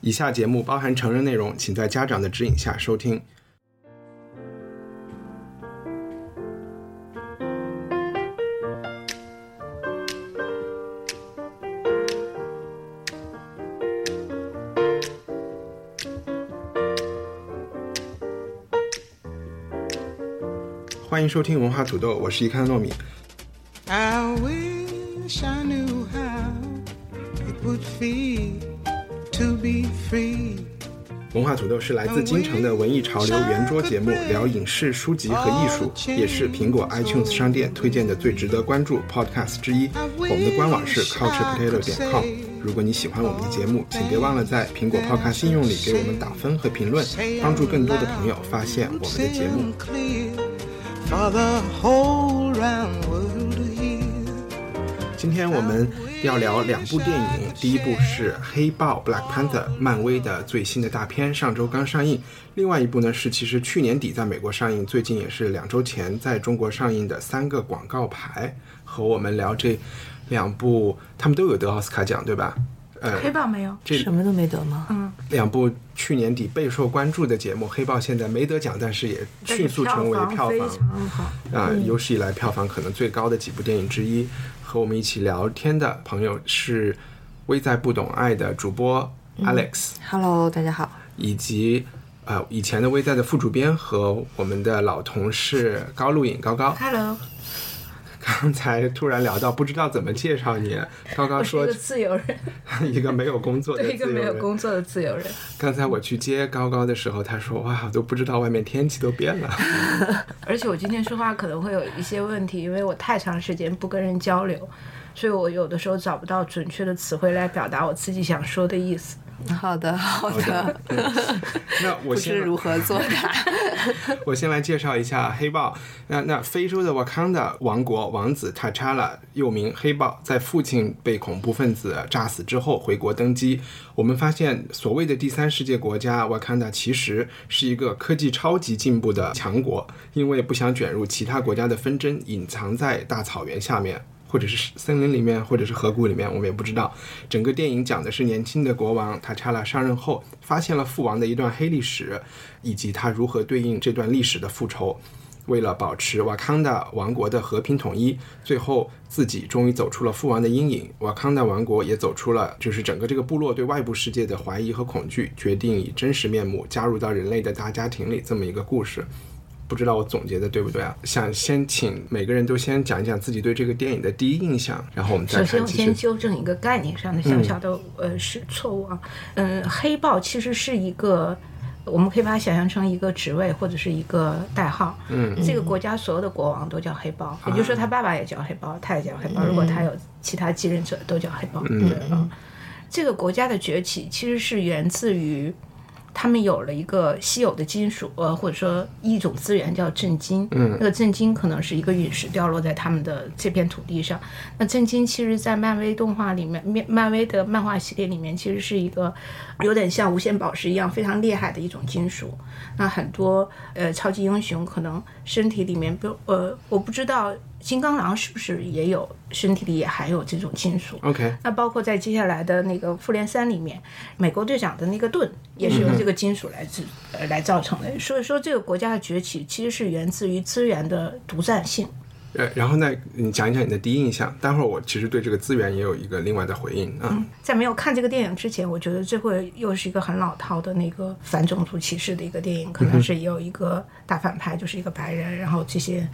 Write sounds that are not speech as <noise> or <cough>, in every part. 以下节目包含成人内容，请在家长的指引下收听。欢迎收听文化土豆，我是一看糯米。 I wish I knew how it would feel to be free. 文化土豆是来自京城的文艺潮流圆桌节目，聊影视、书籍和艺术，也是苹果 iTunes 商店推荐的最值得关注 Podcast 之一。我们的官网是 culturepotato.com。如果你喜欢我们的节目，请别忘了在苹果 Podcast 应用里给我们打分和评论，帮助更多的朋友发现我们的节目 Sing。clear for the whole round world to hear. 今天我们要聊两部电影，第一部是《黑豹》（Black Panther），漫威的最新的大片，上周刚上映；另外一部呢是其实去年底在美国上映，最近也是两周前在中国上映的《三个广告牌》。和我们聊这两部，他们都有得奥斯卡奖，对吧？呃，黑豹没有，这什么都没得吗？两部去年底备受关注的节目，《黑豹》现在没得奖，但是也但是迅速成为票票非房常好。啊、嗯有史以来票房可能最高的几部电影之一。和我们一起聊天的朋友是《微在不懂爱》的主播嗯 Alex，、 Hello，大家好，以及呃以前的《微在》的副主编和我们的老同事高露颖高 <laughs> 高。 Hello，刚才突然聊到不知道怎么介绍你，高高我是一说个自由人，一个没有工作的自对一个由没有人。工作的自由人。刚才我去接高高的时候，他说：“哇，我都不知道外面天气都变了。” <laughs> 而且我今天说话可能会有一些问题，因为我太长时间不跟人交流，所以我有的时候找不到准确的词汇来表达我自己想说的意思。好的，好 <laughs> 的，那我不先知如何做卡。 <laughs> 我先来介绍一下黑豹。那那非洲的瓦康达王国王子塔查拉，又名黑豹，在父亲被恐怖分子炸死之后回国登基。我们发现，所谓的第三世界国家瓦康达其实是一个科技超级进步的强国，因为不想卷入其他国家的纷争，隐藏在大草原下面。或者是森林里面，或者是河谷里面，我们也不知道。整个电影讲的是年轻的国王塔查拉上任后，发现了父王的一段黑历史，以及他如何对应这段历史的复仇。为了保持瓦康达王国的和平统一，最后自己终于走出了父王的阴影，瓦康达王国也走出了就是整个这个部落对外部世界的怀疑和恐惧，决定以真实面目加入到人类的大家庭里这么一个故事。不知道我总结的对不对啊？想先请每个人都先讲一讲自己对这个电影的第一印象，然后我们再首先，看嗯我其先实纠正一个概念上的小小的、呃是错误啊。嗯、黑豹其实是一个，我们可以把它想象成一个职位或者是一个代号。嗯，这个国家所有的国王都叫黑啊豹，也就是说他爸爸也叫黑豹，他也叫黑豹，嗯如果他有其他继任者都叫黑豹。嗯啊，这个国家的崛起其实是源自于。他们有了一个稀有的金属，呃，或者说一种资源叫震金。嗯，那个震金可能是一个陨石掉落在他们的这片土地上。那震金其实，在漫威动画里面，漫漫威的漫画系列里面，其实是一个有点像无限宝石一样非常厉害的一种金属。那很多呃超级英雄可能身体里面，比如呃，我不知道金刚狼是不是也有身体里也含有这种金属。 OK，那包括在接下来的那个《复联三》里面，美国队长的那个盾也是由这个金属来制、呃来造成的。所以说，这个国家的崛起其实是源自于资源的独占性。呃，然后呢，你讲一讲你的第一印象。待会儿我其实对这个资源也有一个另外的回应啊。在没有看这个电影之前，我觉得这会又是一个很老套的那个反种族歧视的一个电影，可能是也有一个大反派，就是一个白人，然后这些。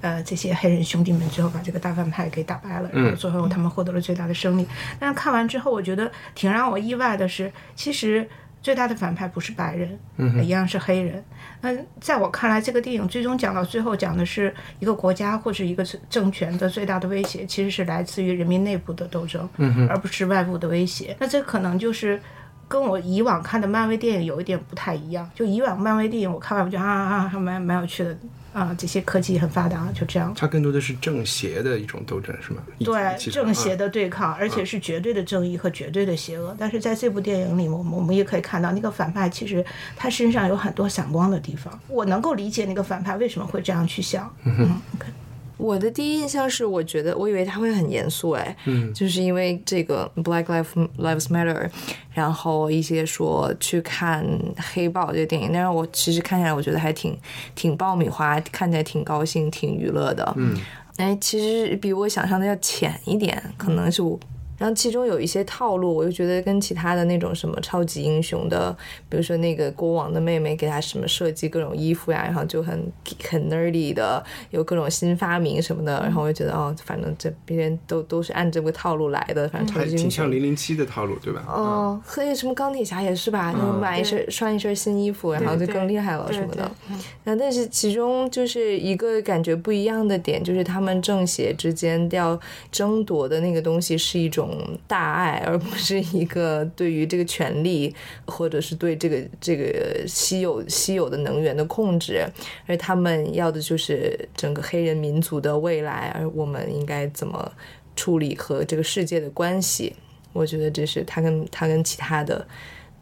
呃，这些黑人兄弟们最后把这个大反派给打败了，然后最后他们获得了最大的胜利。但是看完之后，我觉得挺让我意外的是，其实最大的反派不是白人，一样是黑人。嗯，在我看来，这个电影最终讲到最后，讲的是一个国家或者一个政政权的最大的威胁，其实是来自于人民内部的斗争，而不是外部的威胁。那这可能就是。跟我以往看的漫威电影有一点不太一样，就以往漫威电影我看完我觉得啊啊啊，还蛮蛮有趣的啊，这些科技很发达，就这样。它更多的是正邪的一种斗争，是吗？一对一起正邪啊的对抗，而且是绝对的正义和绝对的邪恶。但是在这部电影里，我们我们也可以看到，那个反派其实他身上有很多闪光的地方。我能够理解那个反派为什么会这样 <laughs> 去想。嗯， <laughs> 我的第一印象是，我觉得我以为他会很严肃，哎，嗯，就是因为这个 Black Lives Lives Matter，然后一些说去看《黑豹》这个电影，但是我其实看起来我觉得还挺挺爆米花，看起来挺高兴、挺娱乐的，嗯，哎，其实比我想象的要浅一点，可能是我。然后其中有一些套路，我就觉得跟其他的那种什么超级英雄的，比如说那个国王的妹妹给他什么设计各种衣服呀，然后就很很 nerdy 的，有各种新发明什么的，然后我就觉得哦，反正这别人都都是按这个套路来的，反正超还级挺英像雄。零零七的套路，对吧？嗯，嗯，所以什么钢铁侠也是吧，就是买一身穿一身新衣服，然后就对更厉害了对什么的对。那但是其中就是一个感觉不一样的点，就是他们政协之间要争夺的那个东西是一种大爱，而不是一个对于这个权利或者是对这个这个稀有稀有的能源的控制，而他们要的就是整个黑人民族的未来，而我们应该怎么处理和这个世界的关系。我觉得这是他跟他跟其他的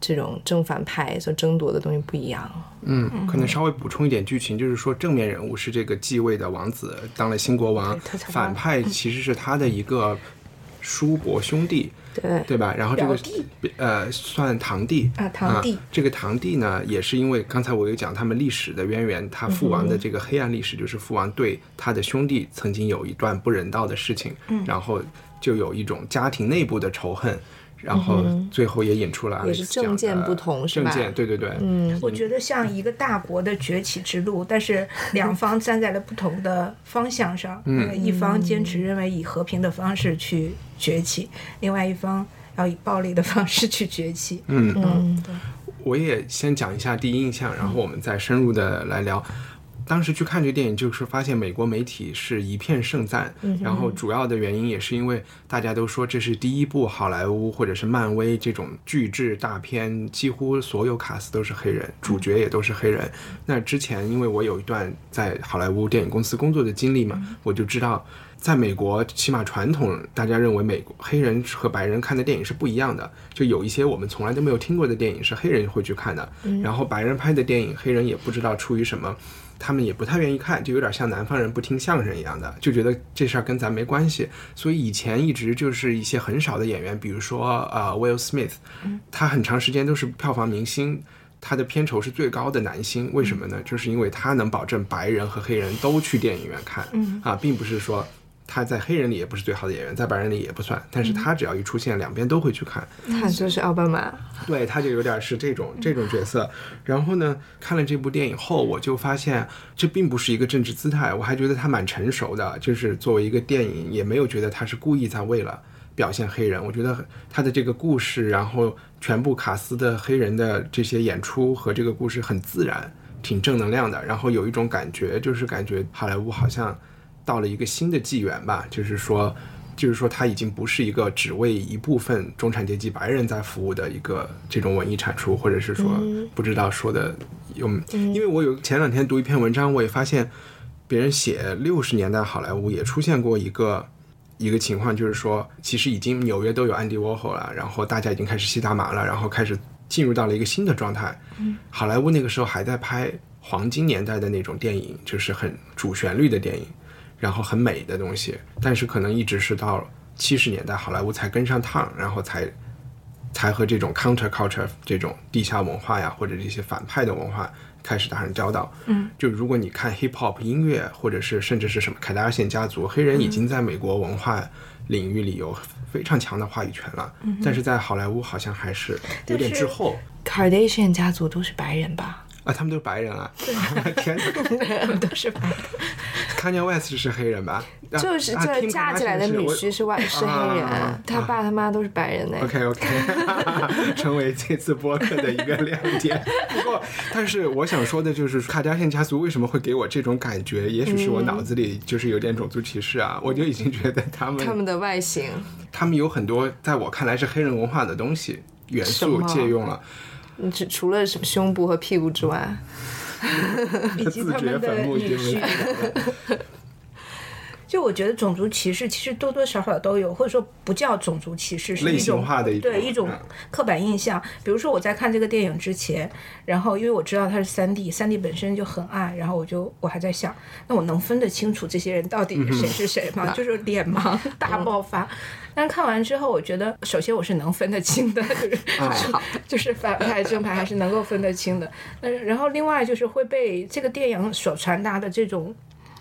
这种正反派所争夺的东西不一样。嗯，可能稍微补充一点剧情，就是说正面人物是这个继位的王子当了新国王，他才反嗯派其实是他的一个叔伯兄弟，对，对吧？然后这个表弟呃算堂弟啊堂弟这个堂弟呢，也是因为刚才我有讲他们历史的渊源，他父王嗯的这个黑暗历史，就是父王对他的兄弟曾经有一段不人道的事情，嗯然后就有一种家庭内部的仇恨。然后最后也引出了嗯也是 Alex 讲的政见不同是政吧见对对对，嗯，我觉得像一个大国的崛起之路，但是 <laughs> 两方站在了不同的方向上。嗯，一方坚持认为以和平的方式去崛起，另外一方要以暴力的方式去崛起。嗯嗯，对。我也先讲一下第一印象，然后我们再深入的来聊。当时去看这个电影，就是发现美国媒体是一片盛赞，然后主要的原因也是因为大家都说这是第一部好莱坞或者是漫威这种巨制大片，几乎所有卡司都是黑人，主角也都是黑人。那之前因为我有一段在好莱坞电影公司工作的经历嘛，我就知道。在美国，起码传统大家认为美国黑人和白人看的电影是不一样的，就有一些我们从来都没有听过的电影是黑人会去看的，然后白人拍的电影，黑人也不知道出于什么，他们也不太愿意看，就有点像南方人不听相声一样的，就觉得这事儿跟咱没关系。所以以前一直就是一些很少的演员，比如说呃 Will Smith，他很长时间都是票房明星。他的片酬是最高的男星，为什么呢？就是因为他能保证白人和黑人都去电影院看，啊，并不是说他在黑人里也不是最好的演员，在白人里也不算，但是他只要一出现，两边都会去看，他就是奥巴马。对，他就有点是这种这种角色。然后呢，看了这部电影后，我就发现这并不是一个政治姿态，我还觉得他蛮成熟的，就是作为一个电影，也没有觉得他是故意在为了。表现黑人，我觉得他的这个故事，然后全部卡斯的黑人的这些演出和这个故事很自然，挺正能量的。然后有一种感觉，就是感觉好莱坞好像到了一个新的纪元吧，就是说，就是说，它已经不是一个只为一部分中产阶级白人在服务的一个这种文艺产出，或者是说，不知道说的有，因为我有前两天读一篇文章，我也发现别人写六十年代好莱坞也出现过一个。一个情况就是说，其实已经纽约都有安迪沃霍了，然后大家已经开始吸大麻了，然后开始进入到了一个新的状态。好莱坞那个时候还在拍黄金年代的那种电影，就是很主旋律的电影。然后很美的东西，但是可能一直是到七十年代好莱坞才跟上趟，然后才才和这种 counter culture 这种地下文化呀，或者这些反派的文化开始打上交道。嗯，就如果你看 hip hop 音乐，或者是甚至是什么凯达尔显家族，黑人已嗯经在美国文化领域里有非常强的话语权了，但是在好莱坞好像还是有点嗯但滞是后。 Kardashian 家族都是白人吧？ <laughs> 啊，他们都是白人啊！天哪，都是白的。看 Kanye West 是黑人吧？啊就是啊这 Kim 嫁起来的 Kardashian 是女我婿是外是黑啊人，他爸他妈都是白人呢。 OK OK，成 <laughs> 为这次播客的一个亮点。 <laughs> 不过，但是我想说的就是，卡加县家族为什么会给我这种感觉？也许是我脑子里就是有点种族歧视啊，我就已经觉得他们嗯他们的外形，他们有很多在我看来是黑人文化的东西元素借用了，嗯只除了什么胸部和屁股之外，以及自他掘们的坟墓女就婿是。 <laughs> 就我觉得种族歧视其实多多少少都有，或者说不叫种族歧视，是类一型种化的一种对一种嗯刻板印象。比如说我在看这个电影之前，然后因为我知道它是三 D，三 D 本身就很暗，然后我就我还在想，那我能分得清楚这些人到嗯底谁是谁吗？就是脸盲大爆发。但看完之后，我觉得首先我是能分得清 <laughs> 的，就是、哎就是反派正派还是能够分得清的。嗯，然后另外就是会被这个电影所传达的这种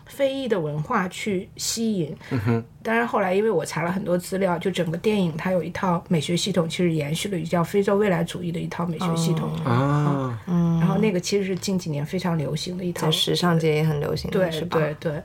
非裔的文化去吸引。嗯当然后来因为我查了很多资料，就整个电影它有一套美学系统，其实延续了叫非洲未来主义的一套美学系统。啊，然后那个其实是近几年非常流行的一套在时尚界也很流行的，嗯对是吧？对对，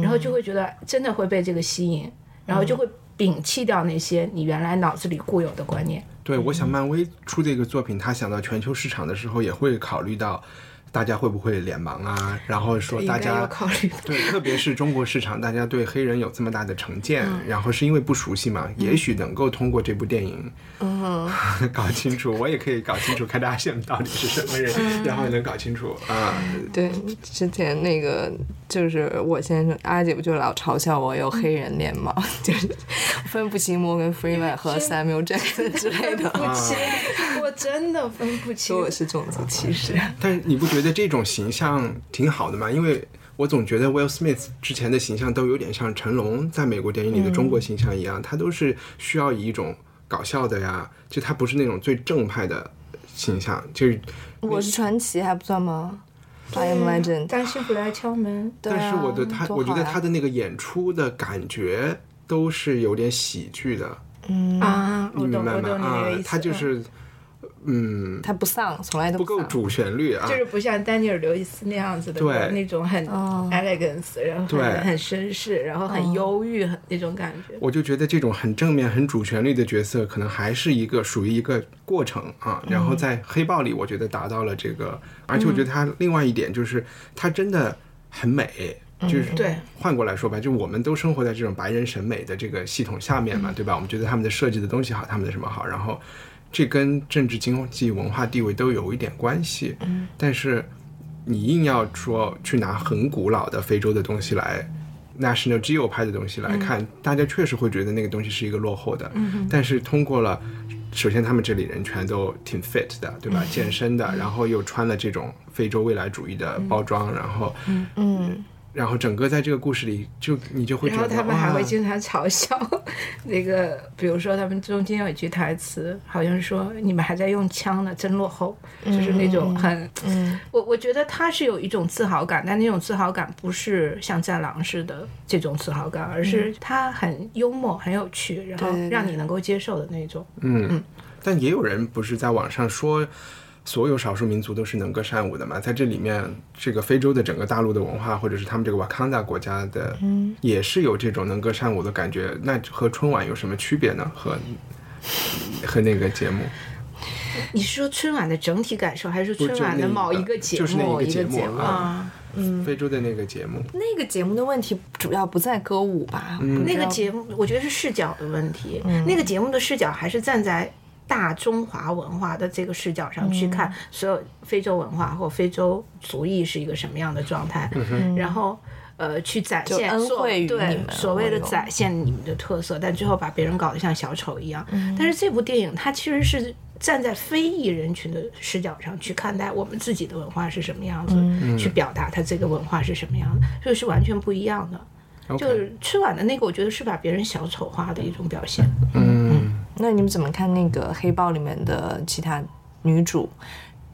然后就会觉得真的会被这个吸引，然后就会摒弃掉那些你原来脑子里固有的观念。对，我嗯想漫威出这个作品，他想到全球市场的时候，也会考虑到大家会不会脸盲啊，然后说应大该家要考虑的对，特别是中国市场，大家对黑人有这么大的成见，嗯然后是因为不熟悉嘛，也许能够通过这部电影，嗯，搞清楚，我也可以搞清楚 k a r d a s 到底是什么人，嗯然后能搞清楚啊，对，之前那个就是我先生阿姐不就老嘲笑我有黑人脸 <laughs> 盲，就是分不清摩根 Freeman 和 Samuel Jackson 之类的， <laughs> 不清，啊我真的分不 <laughs> 清说我是种族歧视。但是你不觉得这种形象挺好的吗？因为我总觉得 Will Smith 之前的形象都有点像成龙在美国电影里的中国形象一样，他都是需要以一种搞笑的呀，就他不是那种最正派的形象，就是。我是传奇还不算吗？I am Legend。但幸福来敲门。对啊但是我嗯的他，多我觉好得呀他的那个演出的感觉都是有点喜剧的，啊，你我明懂，白我吗？懂你啊的意，思。他就嗯是嗯，他不丧，从来都不够丧主旋律啊就。是不像丹尼尔·刘易斯那样子的对那种很哦 elegance，、然后对很很绅士，然后很忧郁，很那种感觉。我就觉得这种很正面、很主旋律的角色，可能还是一个属于一个过程啊。然嗯后在《黑豹》里，我觉得达到了这个，而且我觉得他另外一点就是，他真的很美。就是嗯对换过来说吧，就我们都生活在这种白人审美的这个系统下面嗯嘛，对吧？我们觉得他们的设计的东西好，他们的什么好，然后这跟政治、经济、文化地位都有一点关系。嗯，但是你硬要说去拿很古老的非洲的东西来 National Geo 拍的东西嗯来看，大家确实会觉得那个东西是一个落后的。但是通过了，首先他们这里人全都挺 fit 的，对吧？嗯健身的，然后又穿了这种非洲未来主义的包装，然后嗯。然后整个在这个故事里，就你就会觉然得后他们还哇会经常嘲笑那个，比如说他们中间有一句台词，好像说你们还在用枪呢，真落后，嗯就是那种很，我我觉得他是有一种自豪感，但那种自豪感不是像战狼似的这种自豪感，而是他很幽默、很有趣，然后嗯对对对让你能够接受的那种。但也有人不是在网上说，所有少数民族都是能歌善舞的嘛？在这里面，这个非洲的整个大陆的文化，或者是他们这个瓦康达国家的，也是有这种能歌善舞的感觉。那和春晚有什么区别呢？和和那个节目，你是说春晚的整体感受，还是不春晚的某一个节目？就嗯是那一一个个节节目目啊，非洲的那个节目，那个节目的问题主要不在歌舞吧？嗯不知那个道节目，我觉得是视角的问题。那个节目的视角还是站在大中华文化的这个视角上去嗯看所有非洲文化或非洲族裔是一个什么样的状态，然后呃去展嗯就现恩所惠于你对们所谓的我懂展现你们的特色，但最后把别人搞得像小丑一样。嗯但是这部电影它其实是。站在非裔人群的视角上去看待我们自己的文化是什么样子，嗯嗯去表达它这个文化是什么样的，这个是完全不一样的。就 OK，是春晚的那个，我觉得是把别人小丑化的一种表现。那你们怎么看那个黑豹里面的其他女主？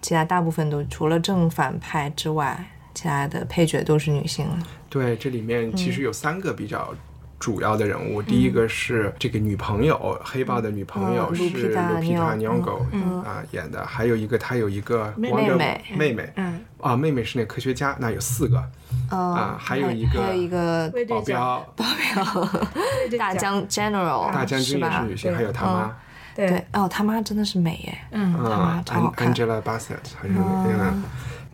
其他大部分都除了正反派之外，其他的配角都是女性了。对，这里面其实有三个比较主要的人物，第一个是这个女朋友，黑豹的女朋友嗯是鲁皮塔鲁皮塔纽纽狗啊演的，还有一个她有一个妹王者妹妹妹，嗯啊妹妹是那科学家，那有四个啊啊，还有一个还有一个卫队保长，镖，卫队 <laughs> 大长，将 General，大将军是也吧是女性，对还有他妈。对对，，哦，他妈真的是美耶，嗯，啊啊超好看，Angela Bassett 好像嗯，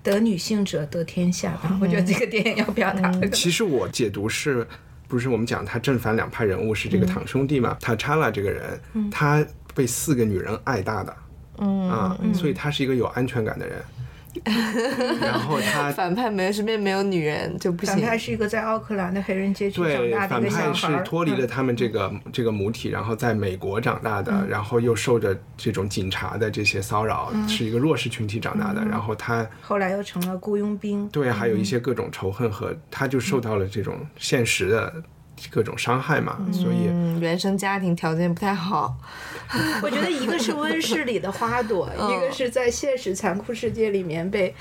得女性者得天下吧，我觉得这个电影要表达这个。其实我解读是，不是我们讲他正反两派人物是这嗯个堂兄弟嘛？塔查拉这个人，他被四个女人爱大的，嗯啊，所以他是一个有安全感的 <laughs> 人。然后他反派没有身边没有女人就不反行。派是一个在奥克兰的黑人街区长对大的反一个小派孩是儿，嗯脱离了他们这个这个母体，然后在美国长大的，然后又受着这种警察的这些骚扰，嗯是一个弱势群体长大的。然后他后来又成了雇佣兵。对，啊还有一些各种仇恨和他就嗯受到了这种现实的各种伤害嘛，所以嗯，原生家庭条件不太好， <laughs> 我觉得一个是温室里的花 <laughs> 朵，一个是在现实残酷世界里面被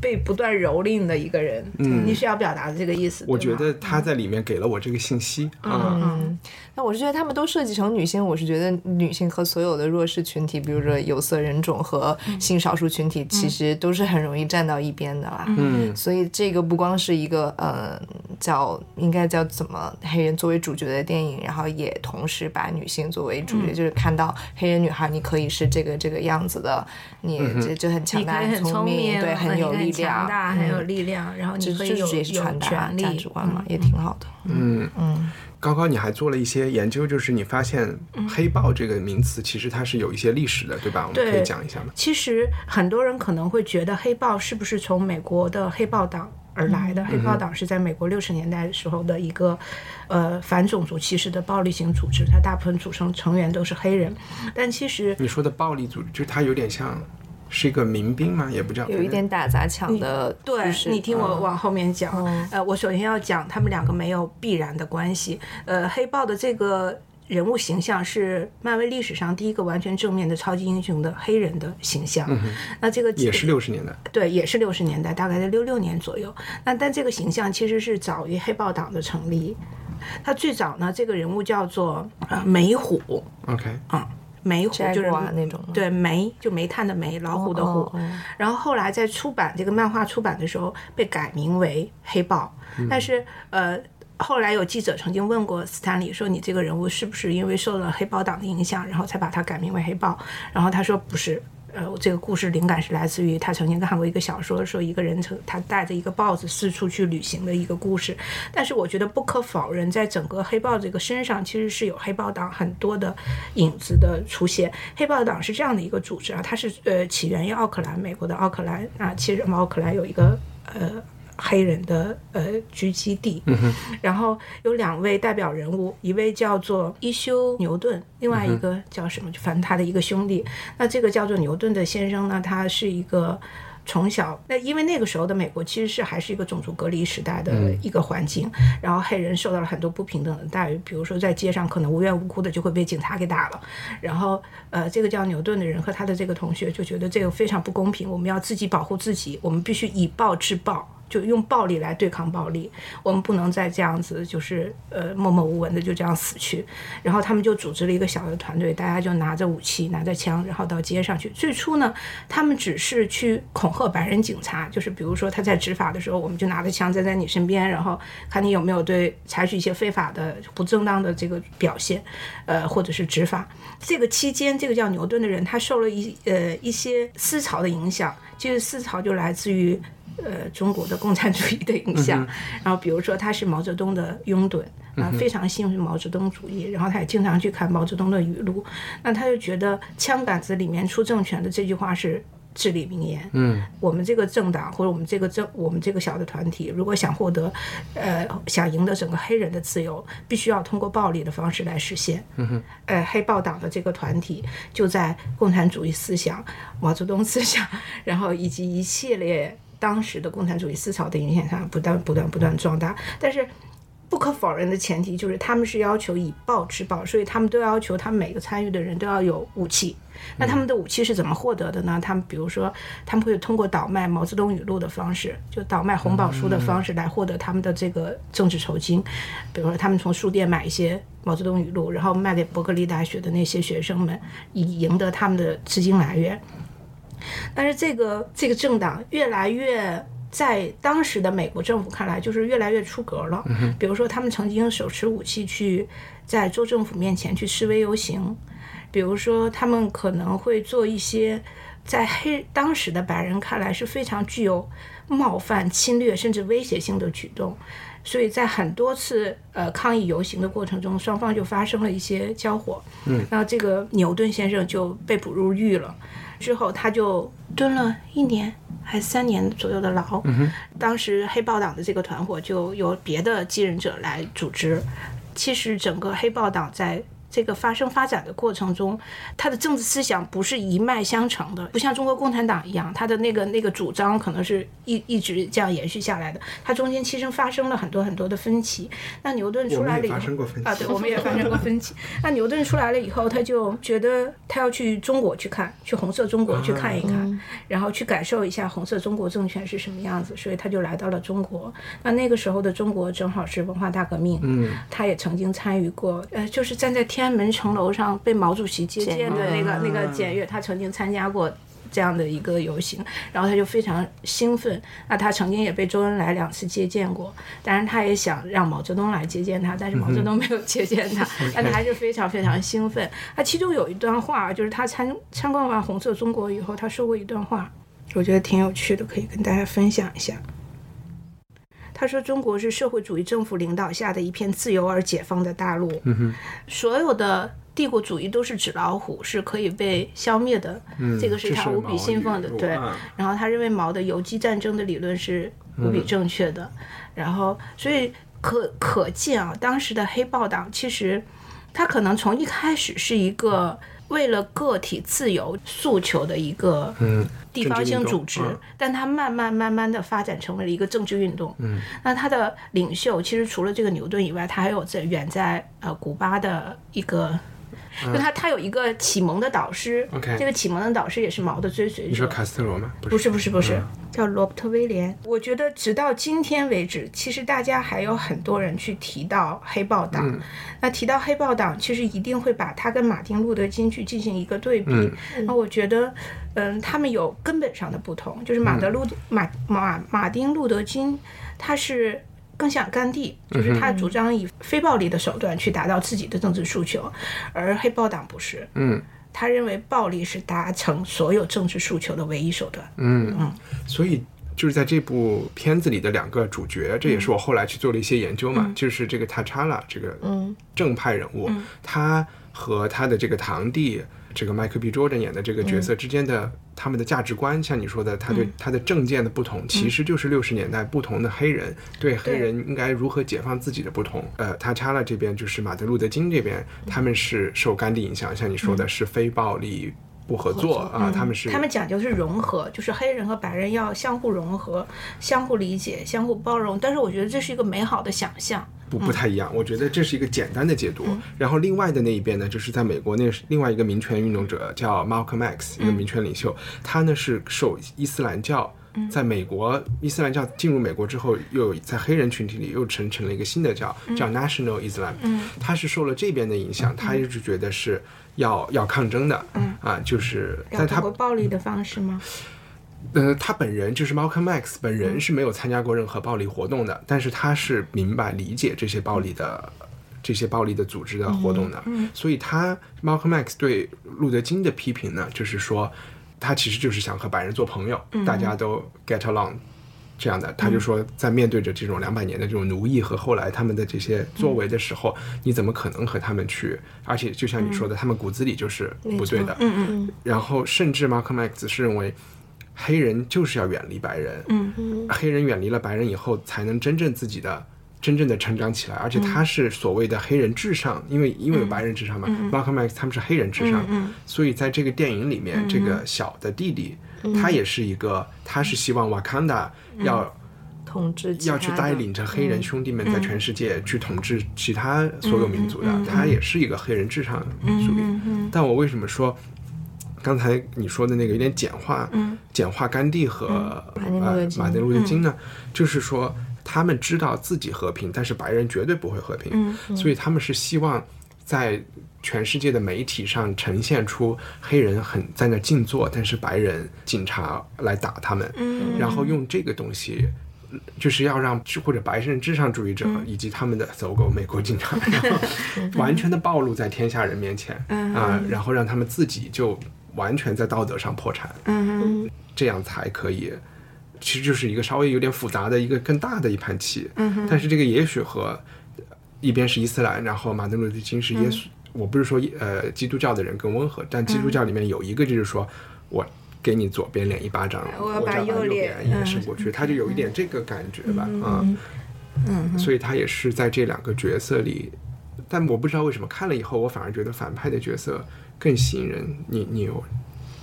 被不断蹂躏的一个人。你是要表达的这个意思？嗯我对觉吗得他在里面给了我这个信息啊，嗯，那我是觉得他们都设计成女性，我是觉得女性和所有的弱势群体，比如说有色人种和嗯性少数群体，其实都是很容易站到一边的啦。嗯所以这个不光是一个呃叫应该叫怎么黑人作为主角的电影，然后也同时把女性作为嗯主角，就是看到黑人女孩你可以是这个这个样子的，你这就很强你可大、以很聪明，对，很有力强量，大，很有嗯力量，然后这你可以这有也是传有达权利价值观嘛，也挺好的。嗯嗯高高，你还做了一些研究，就是你发现“嗯黑豹”这个名词其实它是有一些历史的，对吧？我们可以对讲一下吗？其实很多人可能会觉得黑豹是不是从美国的黑豹党而来嗯的？黑豹党是在美国六十年代时候的一个呃反种族歧视的暴力型组织，它大部分组成成员都是黑人，嗯但其实。你说的暴力组织，就是它有点像是一个民兵嘛，也不叫，有一点打砸抢的故对事，你听我嗯往后面讲，呃，我首先要讲他们两个没有必然的关系。呃，黑豹的这个人物形象是漫威历史上第一个完全正面的超级英雄的黑人的形象。那这个嗯也是六十年代，对，也是六十年代，大概在六六年左右。那但这个形象其实是早于黑豹党的成立。他最早呢，这个人物叫做呃梅虎 OK，啊，梅虎就是 Jaguar 那种吗对煤就煤炭的煤，老虎的虎。哦哦然后后来在出版这个漫画出版的时候被改名为黑豹，但是呃。后来有记者曾经问过斯坦李说：“你这个人物是不是因为受了黑豹党的影响，然后才把他改名为黑豹？”然后他说：“不是，呃，我这个故事灵感是来自于他曾经看过一个小说，说一个人曾他带着一个豹子四处去旅行的一个故事。但是我觉得不可否认，在整个黑豹这个身上，其实是有黑豹党很多的影子的出现。黑豹党是这样的一个组织啊，它是呃起源于奥克兰，美国的奥克兰啊，其实我们奥克兰有一个呃。黑人的呃聚集地，然后有两位代表人物，一位叫做伊修牛顿，另外一个叫什么？就反正他的一个兄弟。那这个叫做牛顿的先生呢，他是一个。从小，那因为那个时候的美国其实是还是一个种族隔离时代的一个环境，然后黑人受到了很多不平等的待遇，比如说在街上可能无缘无故的就会被警察给打了，然后呃，这个叫牛顿的人和他的这个同学就觉得这个非常不公平，我们要自己保护自己，我们必须以暴制暴，就用暴力来对抗暴力，我们不能再这样子，就是呃默默无闻的就这样死去。然后他们就组织了一个小的团队，大家就拿着武器、拿着枪，然后到街上去。最初呢，他们只是去恐吓白人警察，就是比如说他在执法的时候，我们就拿着枪站在你身边，然后看你有没有对采取一些非法的、不正当的这个表现，呃，或者是执法。这个期间，这个叫牛顿的人，他受了一呃一些思潮的影响，这个思潮就来自于呃中国的共产主义的影响。然后比如说他是毛泽东的拥趸啊、非常信奉毛泽东主义，然后他也经常去看毛泽东的语录，那他就觉得“枪杆子里面出政权”的这句话是。至理名言，嗯，我们这个政党或者我们这个政我们这个小的团体，如果想获得，呃，想赢得整个黑人的自由，必须要通过暴力的方式来实现。嗯哼，呃，黑豹党的这个团体就在共产主义思想、毛泽东思想，然后以及一系列当时的共产主义思潮的影响下，不断不断不断壮大。但是不可否认的前提就是他们是要求以暴制暴，所以他们都要求他们每个参与的人都要有武器。那他们的武器是怎么获得的呢？他们比如说，他们会通过倒卖毛泽东语录的方式，就倒卖红宝书的方式来获得他们的这个政治酬金。比如说，他们从书店买一些毛泽东语录，然后卖给伯克利大学的那些学生们，以赢得他们的资金来源。但是这个这个政党越来越在当时的美国政府看来，就是越来越出格了。比如说，他们曾经手持武器去在州政府面前去示威游行，比如说他们可能会做一些在黑当时的白人看来是非常具有冒犯、侵略甚至威胁性的举动。所以在很多次呃抗议游行的过程中，双方就发生了一些交火。嗯，然后这个牛顿先生就被捕入狱了。之后他就蹲了一年还三年左右的牢。嗯当时黑豹党的这个团伙就由别的继任者来组织。其实整个黑豹党在这个发生发展的过程中，它的政治思想不是一脉相承的，不像中国共产党一样，它的那个那个主张可能是一一直这样延续下来的。它中间其实发生了很多很多的分歧。那牛顿出来了以后我们也发生过分歧啊，对，我们也发生过分歧。那牛顿出来了以后，他就觉得他要去中国去看，去红色中国去看一看，然后去感受一下红色中国政权是什么样子，所以他就来到了中国。那那个时候的中国正好是文化大革命，嗯，他也曾经参与过，呃，就是站在天安门城楼上被毛主席接见的那个那个检阅，他曾经参加过。这样的一个游行，然后他就非常兴奋。那他曾经也被周恩来两次接见过，当然他也想让毛泽东来接见他，但是毛泽东没有接见他，但他还是非常非常兴奋。那其中有一段话，就是他参参观完红色中国以后，他说过一段话，我觉得挺有趣的，可以跟大家分享一下。他说：“中国是社会主义政府领导下的一片自由而解放的大陆。所有的帝国主义都是纸老虎，是可以被消灭的。嗯这个是他无比信奉的。对，然后他认为毛的游击战争的理论是无比正确的。然后，所以可可见啊，当时的黑豹党其实他可能从一开始是一个为了个体自由诉求的一个嗯，地方性组织，政治运动嗯但它慢慢慢慢的发展成为了一个政治运动。嗯，那它的领袖其实除了这个牛顿以外，他还有在远在呃古巴的一个，就他他有一个启蒙的导师嗯 OK 这个启蒙的导师也是毛的追随你说者。卡斯特罗吗？不嗯不是不是不是，叫罗伯特威廉。我觉得直到今天为止，其实大家还有很多人去提到黑豹党。嗯那提到黑豹党，其实一定会把他跟马丁路德金去进行一个对比。那我觉得，嗯，他们有根本上的不同，就是马嗯德路、马马马丁路德金，他是。更像甘地，嗯就是他主张以非暴力的手段去达到自己的政治诉求，而黑豹党不是。嗯，他认为暴力是达成所有政治诉求的唯一手段。所以就是在这部片子里的两个主角，这也是我后来去做了一些研究嘛，就是这个塔查拉这个正派人物，他和他的这个堂弟。这个迈克 B. Jordan 演的这个角色之间的、他们的价值观，像你说的，他对、他的政见的不同，其实就是六十年代不同的黑人对黑对人应该如何解放自己的不同。呃，塔查拉这边就是马丁路德金这边，他们是受甘地影响，像你说的是非暴力不合作啊，他们是他们讲究是融合，就是黑人和白人要相互融合、相互理解、相互包容。但是我觉得这是一个美好的想象。不不太一样，我觉得这是一个简单的解读。然后另外的那一边呢，就是在美国那是另外一个民权运动者叫 Malcolm X，一个民权领袖，他呢是受伊斯兰教。在美国，伊斯兰教进入美国之后，又在黑人群体里又成成了一个新的教，叫 National Islam。他是受了这边的影响，他一直觉得是要要抗争的，啊，就是，要但通他过暴力的方式吗？呃，他本人就是 Malcolm X 本人是没有参加过任何暴力活动的，但是他是明白理解这些暴力的。这些暴力的组织的活动的，所以他 Malcolm X 对路德金的批评呢，就是说他其实就是想和白人做朋友，大家都 get along 这样的。他就说，在面对着这种两百年的这种奴役和后来他们的这些作为的时候，你怎么可能和他们去？而且就像你说的，他们骨子里就是不对的。然后甚至 Malcolm X 是认为黑人就是要远离白人，嗯，黑人远离了白人以后，才能真正自己的。真正的成长起来，而且他是所谓的黑人至上，因为因为有白人至上嘛、m a l c o l m X 他们是黑人至上，所以在这个电影里面，这个小的弟弟、他也是一个，他是希望瓦坎达要投统治其要去他带的嗯领着黑人兄弟们在全世界去统治其他所有民族嗯的，他也是一个黑人至上主义。但我为什么说刚才你说的那个有点简化，简化甘地和、嗯丁路呃德金嗯马丁路德金呢？就是说他们知道自己和平，但是白人绝对不会和平，嗯所以他们是希望在。全世界的媒体上呈现出黑人很在那静坐，但是白人警察来打他们，嗯然后用这个东西就是要让或者白人至上主义者以及他们的走狗美国警察，然后完全的暴露在天下人面前啊，然后让他们自己就完全在道德上破产，这样才可以。其实就是一个稍微有点复杂的一个更大的一盘棋，但是这个也许和一边是伊斯兰，然后马丁路德金是耶稣，我不是说呃基督教的人更温和，但基督教里面有一个就是说、我给你左边脸一巴掌，我我要把再把右右脸边也伸过去，他就有一点这个感觉吧，啊、嗯，所以他也是在这两个角色里，但我不知道为什么看了以后，我反而觉得反派的角色更吸引人。你你有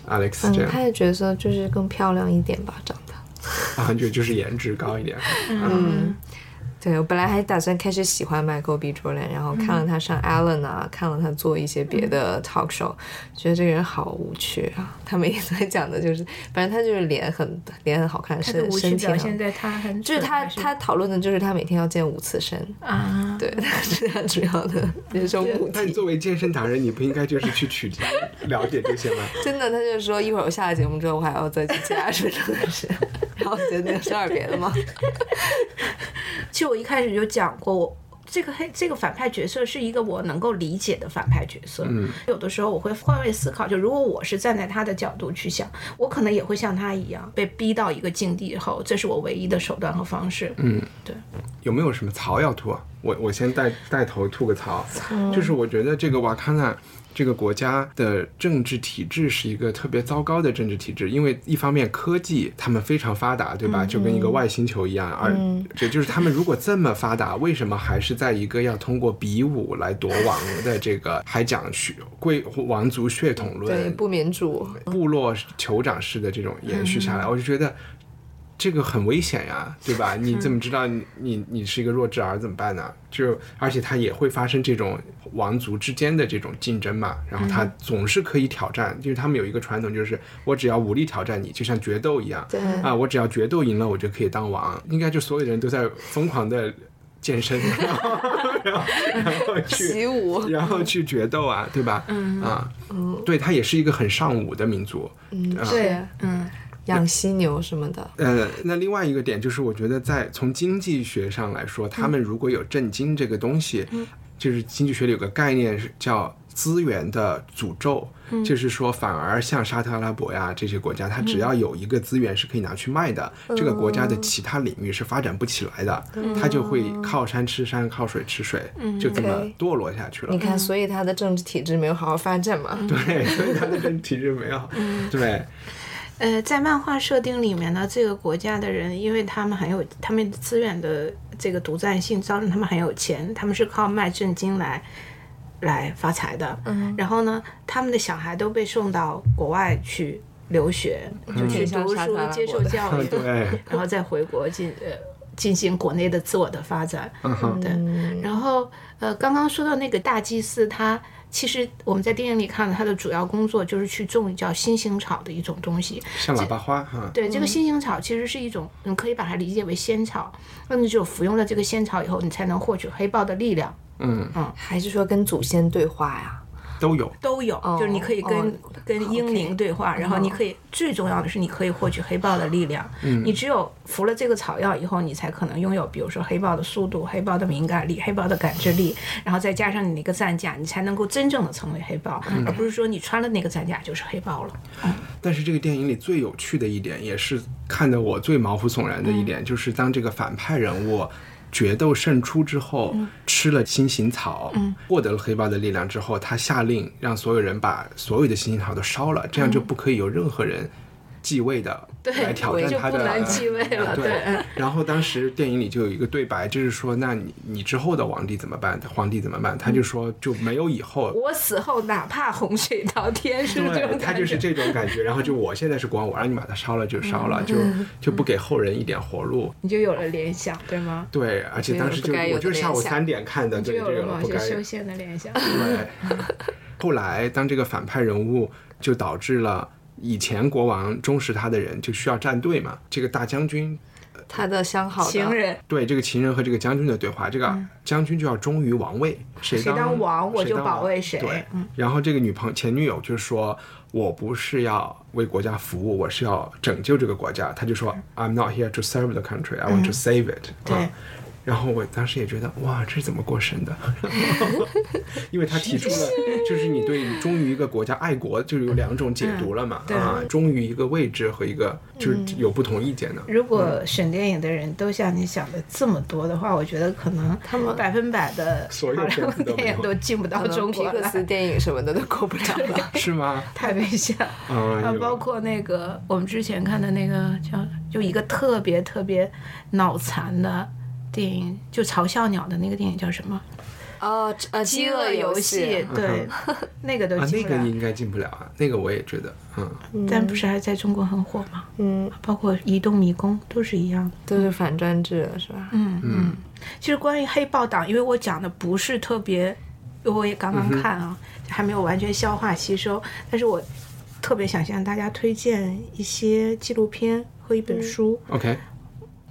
Alex 这反样、派的角色就是更漂亮一点吧，长得。啊，就就是颜值高一点，对，我本来还打算开始喜欢 Michael B. Jordan，然后看了他上 Ellen 啊，看了他做一些别的 talk show，觉得这个人好无趣啊。 <laughs> 他每天在讲的就是，反正他就是脸很脸很好看，他的身无趣身体表很现在他很就是嗯蠢他还是他讨论的就是他每天要健五次身，啊，对， <laughs> 他是他主要的人生目但 <laughs> 的。作为健身达人，你不应该就是去取经了解这些吗？真的，他就说一会儿我下了节目之后，我还要再去其他水上的事。 <laughs> 然后我觉得那个事儿别的吗？其实我一开始就讲过，我这个黑这个反派角色是一个我能够理解的反派角色。嗯，有的时候我会换位思考，就如果我是站在他的角度去想，我可能也会像他一样被逼到一个境地以后，这是我唯一的手段和方式。嗯，对，有没有什么槽要吐啊？我我先带带头吐个槽，就是我觉得这个瓦康纳这个国家的政治体制是一个特别糟糕的政治体制，因为一方面科技他们非常发达，对吧？就跟一个外星球一样，而这就是他们如果这么发达，为什么还是在一个要通过比武来夺王的这个，还讲血贵王族血统论，对，不民主。部落酋长式的这种延续下来，我就觉得这个很危险呀，对吧？你怎么知道你你你是一个弱智儿怎么办呢？就而且它也会发生这种王族之间的这种竞争嘛，然后它总是可以挑战，因为他们有一个传统，就是我只要武力挑战你，就像决斗一样，对啊，我只要决斗赢了，我就可以当王。应该就所有人都在疯狂的 <laughs> 健身，然后然后然后去习武。然后去决斗啊，对吧？嗯啊，对，它也是一个很尚武的民族。啊对，嗯，养犀牛什么的，呃，那另外一个点就是，我觉得在从经济学上来说，他嗯们如果有震惊这个东西，就是经济学里有个概念是叫资源的诅咒，嗯就是说反而像沙特阿拉伯呀这些国家，它只要有一个资源是可以拿去卖的，哦这个国家的其他领域是发展不起来的，它就会靠山吃山，靠水吃水，就这么嗯 OK 堕落下去了。你看，所以他的政治体制没有好好发展嘛。对，所以他的身体质没有。嗯对，呃，在漫画设定里面呢，这个国家的人，因为他们很有他们资源的这个独占性，造成他们很有钱，他们是靠卖正经来来发财的。嗯，然后呢，他们的小孩都被送到国外去留嗯学，就去像读沙特书阿拉、伯接受的 <laughs> 教育，对然后再回国进呃进行国内的自我的发展。对，然后呃，刚刚说到那个大祭司，他其实我们在电影里看到他的主要工作就是去种叫新型草的一种东西。像喇叭花哈。对，这个新型草其实是一种，你可以把它理解为仙草。那你只有服用了这个仙草以后，你才能获取黑豹的力量。嗯还是说跟祖先对话呀？都有。都有，就是你可以跟、哦跟英灵对话，然后你可以、最重要的是你可以获取黑豹的力量。你只有服了这个草药以后，你才可能拥有，比如说黑豹的速度、黑豹的敏感力、黑豹的感知力，然后再加上你那个战甲，你才能够真正的成为黑豹，而不是说你穿了那个战甲就是黑豹了。但是这个电影里最有趣的一点，也是看得我最毛骨悚然的一嗯点，就是当这个反派人物。决斗胜出之后，嗯吃了新型草，获得了黑豹的力量之后，他下令让所有人把所有的新型草都烧了，这样就不可以有任何人继位的对来挑战就他不的能继位了对对然后当时电影里就有一个对白，就是说，那你你之后的皇帝怎么办？皇帝怎么办？他就说就没有以后。我死后哪怕洪水滔天，是不是这对种他感就觉？嗯是这种感觉，然后就我现在是国王，我让你把它烧了就烧了，就就不给后人一点活路。你就有了联想，对吗？对，而且当时就不该有的我就是下午联想三点看的，你就对有这了个某不些该修仙的联想。对，后来当这个反派人物就导致了以前国王忠实他的人就需要站队嘛，这个大将军他的相好的情人对这个情人和这个将军的对话，这个将军就要忠于王位，谁嗯谁当当王我谁就当保王卫谁嗯对，然后这个女朋前女友就说：“我不是要为国家服务，我是要拯救这个国家。”他就说：“I'm not here to serve the country, I want to save it、嗯对啊。然后我当时也觉得，哇，这是怎么过生的？ <laughs> 因为他提出了，就是你对于忠于一个国家、爱国，就是有两种解读了嘛，嗯对嗯啊，忠于一个位置和一个就是有不同意见的。如嗯果选电影的人都像你想的这么多的话，我觉得可能他们百分百的所有好莱片子都坞没有电影都进不到可能中国皮克来，斯电影什么的都过不了了。是吗？太危险了。嗯，啊有，包括那个我们之前看的那个叫就一个特别特别脑残的电影，就嘲笑鸟的那个电影叫什么？ <laughs> 哦，呃， <laughs> 饥饿游戏，， <laughs> 对，那个都啊，那呃进不个了。应该进不了啊，那个我也觉得，嗯，但不是还在中国很火吗？嗯，包括移动迷宫都是一样的。都是反专制的是吧？嗯嗯，其实关于黑豹党，因为我讲的不是特别，我也刚刚看啊，还没有完全消化吸收，但是我特别想向大家推荐一些纪录片和一本书。 OK，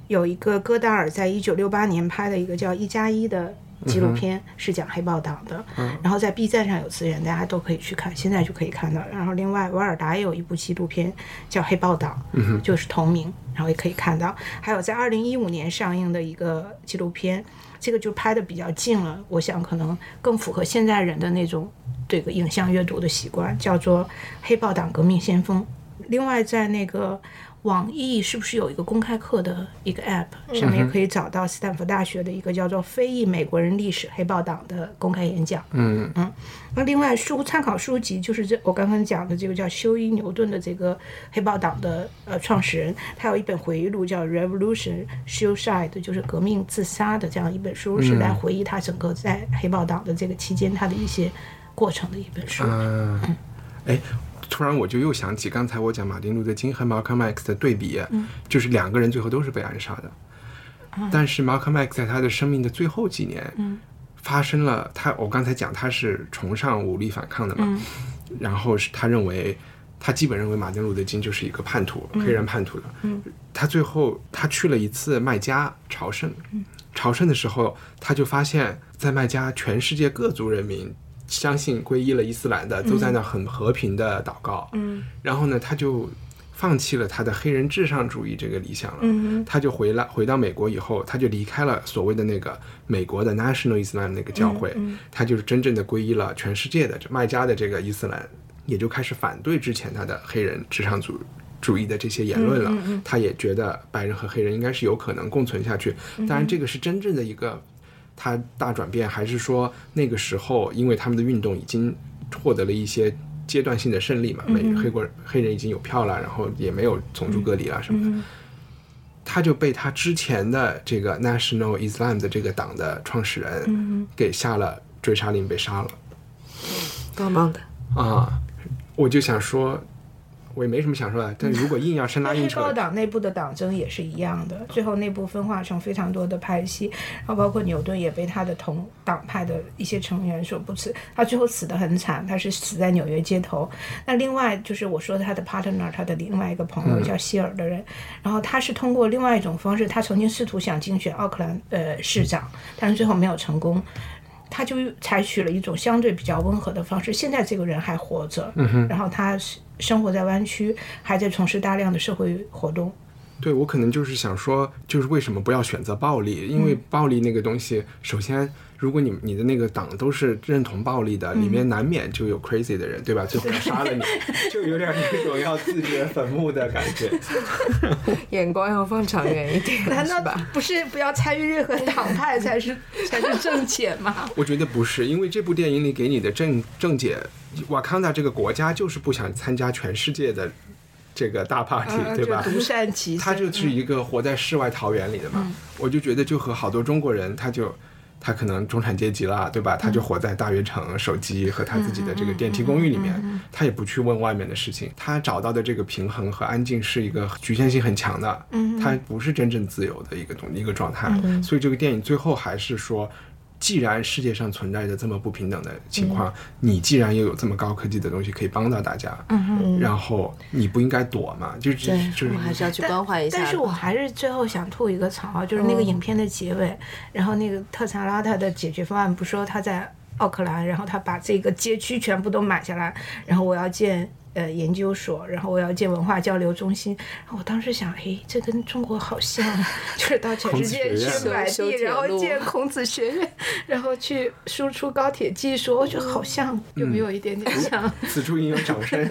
有一个戈达尔在一九六八年拍的一个叫《一加一》的纪录片，是讲黑豹党的。然后在 B 站上有资源，大家都可以去看，现在就可以看到。然后另外，瓦尔达也有一部纪录片叫《黑豹党》，就是同名，然后也可以看到。还有在二零一五年上映的一个纪录片，这个就拍的比较近了，我想可能更符合现在人的那种这个影像阅读的习惯，叫做《黑豹党革命先锋》。另外，在那个网易是不是有一个公开课的一个 App，上面也可以找到斯坦福大学的一个叫做《非裔美国人历史黑豹党》的公开演讲。嗯那另外书参考书籍就是这我刚刚讲的这个叫休伊牛顿的这个黑豹党的呃创始人，他有一本回忆录叫《Revolution Suicide》，就是革命自杀的这样一本书，是来回忆他整个在黑豹党的这个期间他的一些过程的一本书。嗯，哎、突然我就又想起刚才我讲马丁路德金和 Malcolm X 的对比，嗯就是两个人最后都是被暗杀的，啊但是 Malcolm X 在他的生命的最后几年，嗯发生了他我刚才讲他是崇尚武力反抗的嘛，嗯然后是他认为。他基本认为马丁路德金就是一个叛徒，嗯黑人叛徒的。他最后他去了一次麦加朝圣，嗯朝圣的时候，他就发现，在麦加，全世界各族人民相信皈依了伊斯兰的，都在那很和平的祷告。嗯，然后呢，他就放弃了他的黑人至上主义这个理想了。嗯，他就回来回到美国以后，他就离开了所谓的那个美国的 National Islam 那个教会，他就是真正的皈依了全世界的这麦加的这个伊斯兰，也就开始反对之前他的黑人至上主主义的这些言论了，他也觉得白人和黑人应该是有可能共存下去。当然，这个是真正的一个他大转变，还是说那个时候因为他们的运动已经获得了一些阶段性的胜利嘛，美黑国黑人已经有票了，然后也没有种族隔离了啊什么的。他就被他之前的这个 National Islam 的这个党的创始人给下了追杀令，被杀了。棒棒的。啊，我就想说，我也没什么想说的，但如果硬要深拉那硬黑扯，豹党内部的党争也是一样的，最后内部分化成非常多的派系，然后包括牛顿也被他的同党派的一些成员所不耻，他最后死得很惨，他是死在纽约街头。那另外就是我说的他的 partner，他的另外一个朋嗯友叫希尔的人，然后他是通过另外一种方式，他曾经试图想竞选奥克兰呃市长，但是最后没有成功。他就采取了一种相对比较温和的方式。现在这个人还活着，然后他是生活在湾区，还在从事大量的社会活动。对我可能就是想说，就是为什么不要选择暴力？因为暴力那个东西，首先，如果你你的那个党都是认同暴力的，里面难免就有 crazy 的嗯人，对吧？最后要杀 <laughs> 了你，就有点那种要自掘坟墓的感 <laughs> 觉。眼光要放长远一 <laughs> 点，难是道吧？不是不要参与任何党派才是才是正解吗？我觉得不是，因为这部电影里给你的正正解，瓦康达这个国家就是不想参加全世界的这个大 party，、对啊吧？就独善其他身。嗯就是一个活在世外桃源里的嘛。我就觉得，就和好多中国人，他就他可能中产阶级啦，对吧？他就嗯活在大悦城、手机和他自己的这个电梯公寓里嗯面，他也不去问外面的事情。他找到的这个平衡和安静是一个局限性很强的，嗯他不是真正自由的一个东一个状态。所以这个电影最后还是说。既然世界上存在着这么不平等的情况，嗯你既然又有这么高科技的东西可以帮到大家，然后你不应该躲嘛？就就嗯对就是我还是要去但关怀一下嗯的。但是我还是最后想吐一个槽啊，就是那个影片的结尾，然后那个特查拉他的解决方案不是说他在奥克兰，然后他把这个街区全部都买下来，然后我要建。呃，研究所，然后我要建文化交流中心。然后我当时想，诶，这跟中国好像啊，就是到全世界孔子学去院买修地，铁然后路建孔子学院，然后去输出高铁技术。我觉得好像，嗯有没有一点点像？此处应有掌声。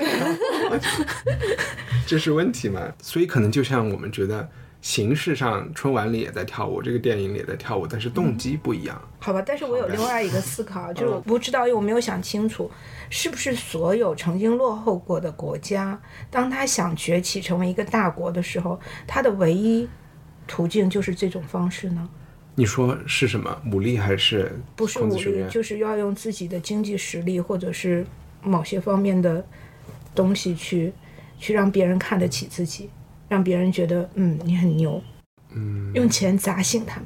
这是问题嘛？所以可能就像我们觉得形式上，春晚里也在跳舞，这个电影里也在跳舞，但是动机不一样。好吧，但是我有好的嗯另外一个思 <laughs> 考，啊就是我不知道，因为我没有想清楚，是不是所有曾经落后过的国家，当他想崛起成为一个大国的时候，他的唯一途径就是这种方式呢？你说是什么？武力还是不是孔武子学力，院？就是要用自己的经济实力或者是某些方面的东西去去让别人看得起自己，让别人觉得嗯你很牛，嗯，用钱砸醒他们。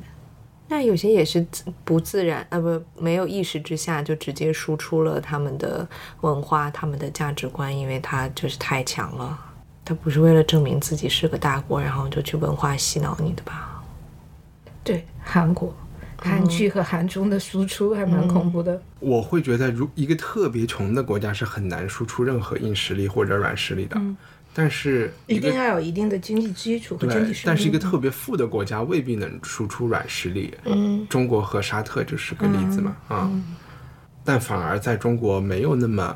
那有些也是自不自然，呃，不，没有意识之下就直接输出了他们的文化、他们的价值观，因为他就是太强了。他不是为了证明自己是个大国，然后就去文化洗脑你的吧？对，韩国。嗯韩剧和韩综的输出还蛮恐怖的，我会觉得，如一个特别穷的国家是很难输出任何硬实力或者软实力的。但是嗯一一个定要有一定的经济基础和经济对，实力。但是一个嗯特别富的国家未必能输出软实力。嗯，中国和沙特就是个例子嘛，啊、但反而在中国没有那么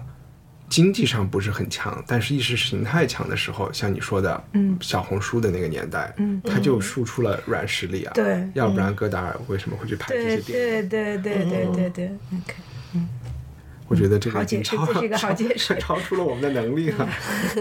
经济上不是很强，但是意识形态强的时候，像你说的，嗯，小红书的那个年代，嗯，它就输出了软实力啊。对要不然戈达尔为什么会去拍这些对电影？对对对对嗯对对，OK，我觉得这个好已经解释超这是一个好解 <laughs> 释嗯超出了我们的能力了。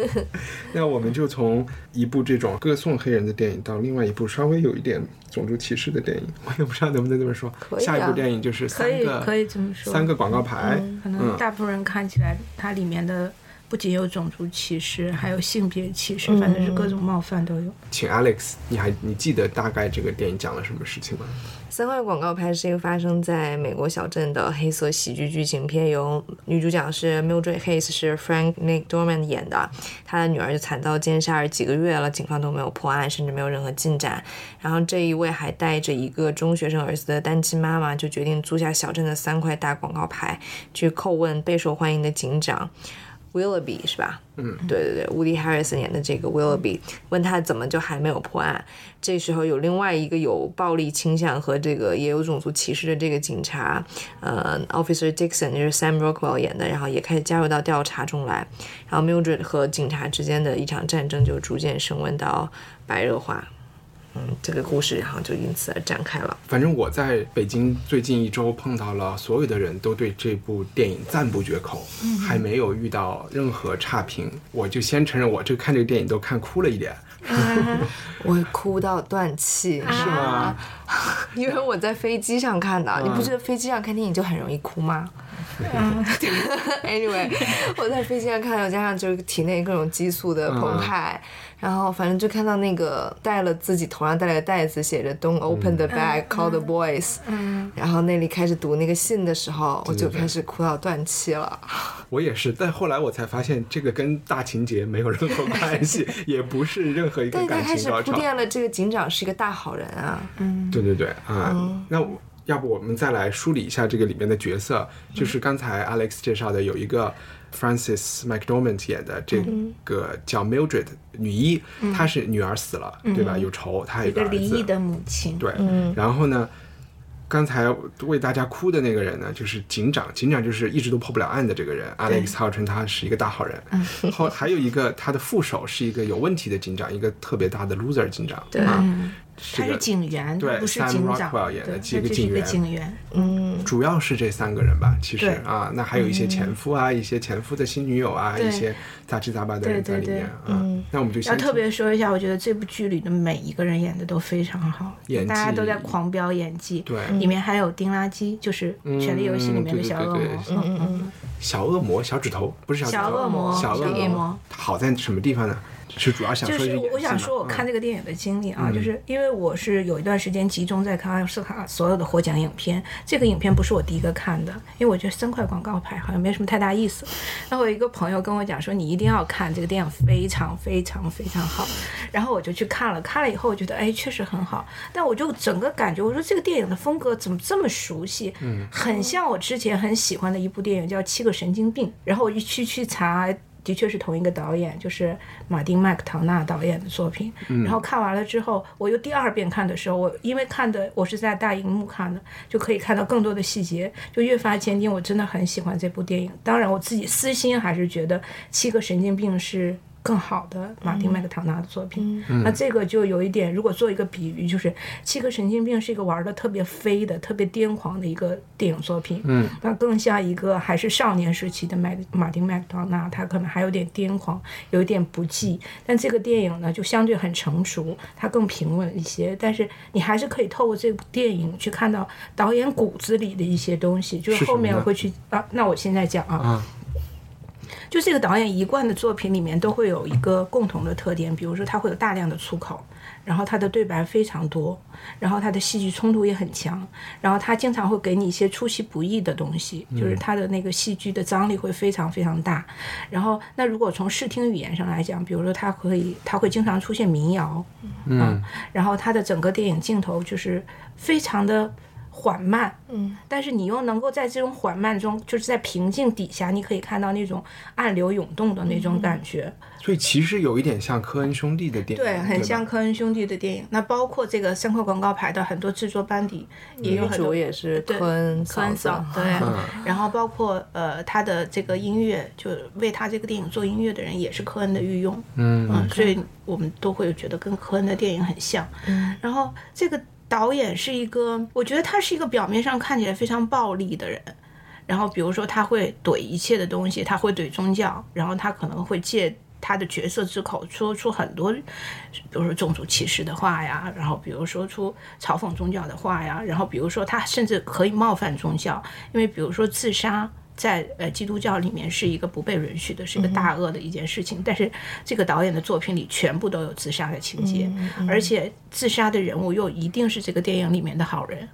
<laughs> 那我们就从一部这种歌颂黑人的电影，到另外一部稍微有一点种族歧视的电影，我也不知道能不能这么说。以啊下一部电影就是可三以个可以这么说。三个广告牌，嗯可能大部分人看起来它里面的不仅有种族歧视，还有性别歧视，反正是各嗯种冒犯都有。请 Alex，你还你记得大概这个电影讲了什么事情吗？三块广告牌是一个发生在美国小镇的黑色喜剧剧情片，由女主角是 Mildred Hayes，是 Frank McDormand 演的。她的女儿就惨遭奸杀了几个月了，警方都没有破案，甚至没有任何进展。然后这一位还带着一个中学生儿子的单亲妈妈，就决定租下小镇的三块大广告牌，去叩问备受欢迎的警长 Willoughby，是吧？嗯，对对对，乌迪·哈里森演的这个 Willoughby，问他怎么就还没有破案。这时候有另外一个有暴力倾向和这个也有种族歧视的这个警察，呃，Officer Dixon 就是 Sam Rockwell 演的，然后也开始加入到调查中来。然后 Mildred 和警察之间的一场战争就逐渐升温到白热化。嗯，这个故事然后就因此而展开了。反正我在北京最近一周碰到了所有的人都对这部电影赞不绝口，嗯还没有遇到任何差评。我就先承认，我这看这个电影都看哭了一点。我哭到断气，是吗？因为我在飞机上看的，你不觉得飞机上看电影就很容易哭吗？anyway，我在飞机上看到，加上就是体内各种激素的澎湃，然后反正就看到那个戴了自己头上戴了个袋子，写着 “Don't open the bag, call the boys”，然后那里开始读那个信的时候，我就开始哭到断气了。我也是，但后来我才发现，这个跟大情节没有任何关系， <laughs> 也不是任何一个但是他感开情始高铺潮。垫了这个警长是一个大好人啊，对对对，啊、哦那我要不我们再来梳理一下这个里面的角色，就是刚才 Alex 介绍的，有一个 Francis McDormand 演的这嗯个叫 Mildred 女一，她是女儿死了，对吧？有仇，她有嗯一个儿离子，异的母亲，对，然后呢，刚才为大家哭的那个人呢，就是警长，警长就是一直都破不了案的这个人，Alex 号称他是一个大好人，嗯后还有一个他的副手是一个有问题的警长，一个特别大的 loser 警长，对、啊，这他个是警员，对他不是 Sam 警 Rockwell 长，演的对，几个他就是警一个员警员。主要是这三个人吧，其实对啊，那还有一些前夫啊，一些前夫的新女友啊，对一些杂七杂八的对人在对里对嗯面啊。那我们就要先特别说一下，我觉得这部剧里的每一个人演的都非常好，演大家都在技狂飙演技。对里面还有丁拉基，就是《权力游戏》里嗯面对的小恶对对。魔对嗯嗯嗯，小恶魔、小指头，不是小指头，小恶魔小恶小恶魔魔，好在什么地方呢？是主要想就说是演我技想嘛说，我嗯看这个电影的经历啊，就是因为我是有一段时间集中在看奥斯卡所有的获奖影片，这个影片不是我第一个看的，因为我觉得三块广告牌好像没什么太大意思。那我有一个朋友跟我讲说，你一定要看这个电影，非常非常非常好。然后我就去看了，看了以后我觉得哎，确实很好，但我就整个感觉，我说这个电影的风格怎么这么熟悉？嗯，很像我之前很喜欢的一部电影叫《七个神经病》，然后我一去去查。的确是同一个导演，就是马丁麦克唐纳导演的作品。然后看完了之后，我又第二遍看的时候，我因为看的我是在大荧幕看的，就可以看到更多的细节，就越发坚定我真的很喜欢这部电影。当然，我自己私心还是觉得《七个神经病》是。更好的马丁麦克唐纳的作品，嗯那这个就有一点，如果做一个比喻，就是《七个神经病》是一个玩的特别飞的、特别癫狂的一个电影作品，嗯，那更像一个还是少年时期的麦马丁麦克唐纳，他可能还有点癫狂，有一点不羁，但这个电影呢就相对很成熟，它更平稳一些，但是你还是可以透过这部电影去看到导演骨子里的一些东西，就是是什后么面我呢会去啊，那我现在讲啊，就这个导演一贯的作品里面都会有一个共同的特点，比如说他会有大量的粗口，然后他的对白非常多，然后他的戏剧冲突也很强，然后他经常会给你一些出其不意的东西，就是他的那个戏剧的张力会非常非常大。然后那如果从视听语言上来讲，比如说他可以他会经常出现民谣，嗯，然后他的整个电影镜头就是非常的缓慢，嗯，但是你又能够在这种缓慢中，就是在平静底下，你可以看到那种暗流涌动的那种感觉，所以其实有一点像科恩兄弟的电影，对，很吧像科恩兄弟的电影。那包括这个三块广告牌的很多制作班底，也有嗯女很多主也是对科恩科恩嫂嫂子，对，然后包括呃他的这个音乐，就为他这个电影做音乐的人也是科恩的御用，嗯所以我们都会觉得跟科恩的电影很像。嗯，然后这个导演是一个，我觉得他是一个表面上看起来非常暴力的人。然后比如说他会怼一切的东西，他会怼宗教，然后他可能会借他的角色之口说出很多，比如说种族歧视的话呀，然后比如说出嘲讽宗教的话呀，然后比如说他甚至可以冒犯宗教，因为比如说自杀。在呃基督教里面是一个不被允许的，是一个大恶的一件事情。但是这个导演的作品里全部都有自杀的情节，而且自杀的人物又一定是这个电影里面的好人。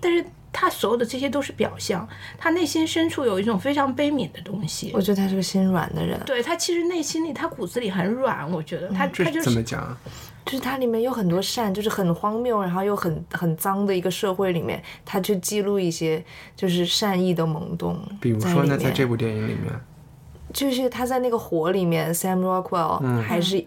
但是他所有的这些都是表象，他内心深处有一种非常悲悯的东西我。觉得他是个心软的人，对他其实内心里，他骨子里很软，我觉得他、这他就怎么是讲啊？就是它里面有很多善，就是很荒谬，然后又很很脏的一个社会里面，他去记录一些就是善意的萌动在里面。比如说呢，在这部电影里面，就是他在那个火里面，Sam Rockwell、还是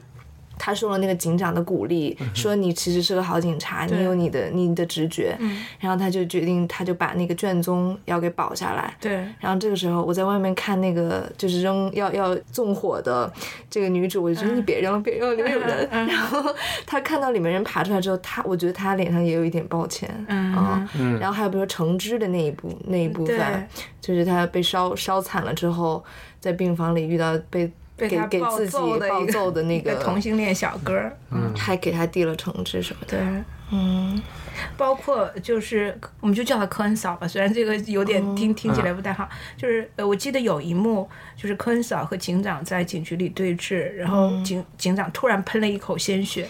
他受了那个警长的鼓励，说你其实是个好警察，对嗯你有你的你的直觉，然后他就决定他就把那个卷宗要给保下来。对然后这个时候，我在外面看那个就是扔要要纵火的这个女主，我嗯就说你别扔了，别扔了，里面有人。然后她看到里面人爬出来之后，她我觉得她脸上也有一点抱歉，嗯啊然后还有比如说橙汁的那一部那一部对分，就是她被烧烧惨了之后，在病房里遇到被被给他给暴自己揍的暴一个揍的那嗯一个同性恋小哥儿。还给她递了橙汁什么的。对，嗯，包括就是我们就叫她科恩嫂吧，虽然这个有点听、听起来不太好，就是呃，我记得有一幕就是科恩嫂和警长在警局里对峙，然后警、警长突然喷了一口鲜血，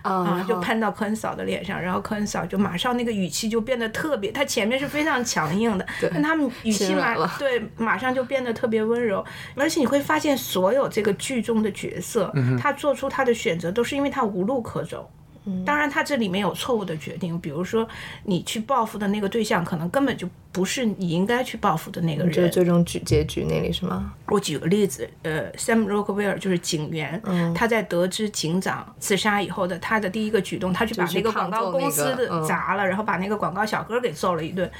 啊然啊，就后喷到科恩嫂的脸上，然后科恩嫂就马上那个语气就变得特别，她前面是非常强硬的，但他们语气心软马了对马上就变得特别温柔，而且你会发现所有这个剧中的角色，嗯他做出他的选择都是因为他无路可走。嗯当然，他这里面有错误的决定，比如说你去报复的那个对象，可能根本就不是你应该去报复的那个就是人。最终结结局那里是吗？我举个例子，呃，Sam Rockwell 就是警员，他在得知警长自杀以后的他的第一个举动，他去把就是那个胖广揍告那公司个的嗯砸了，然后把那个广告小哥给揍了一顿。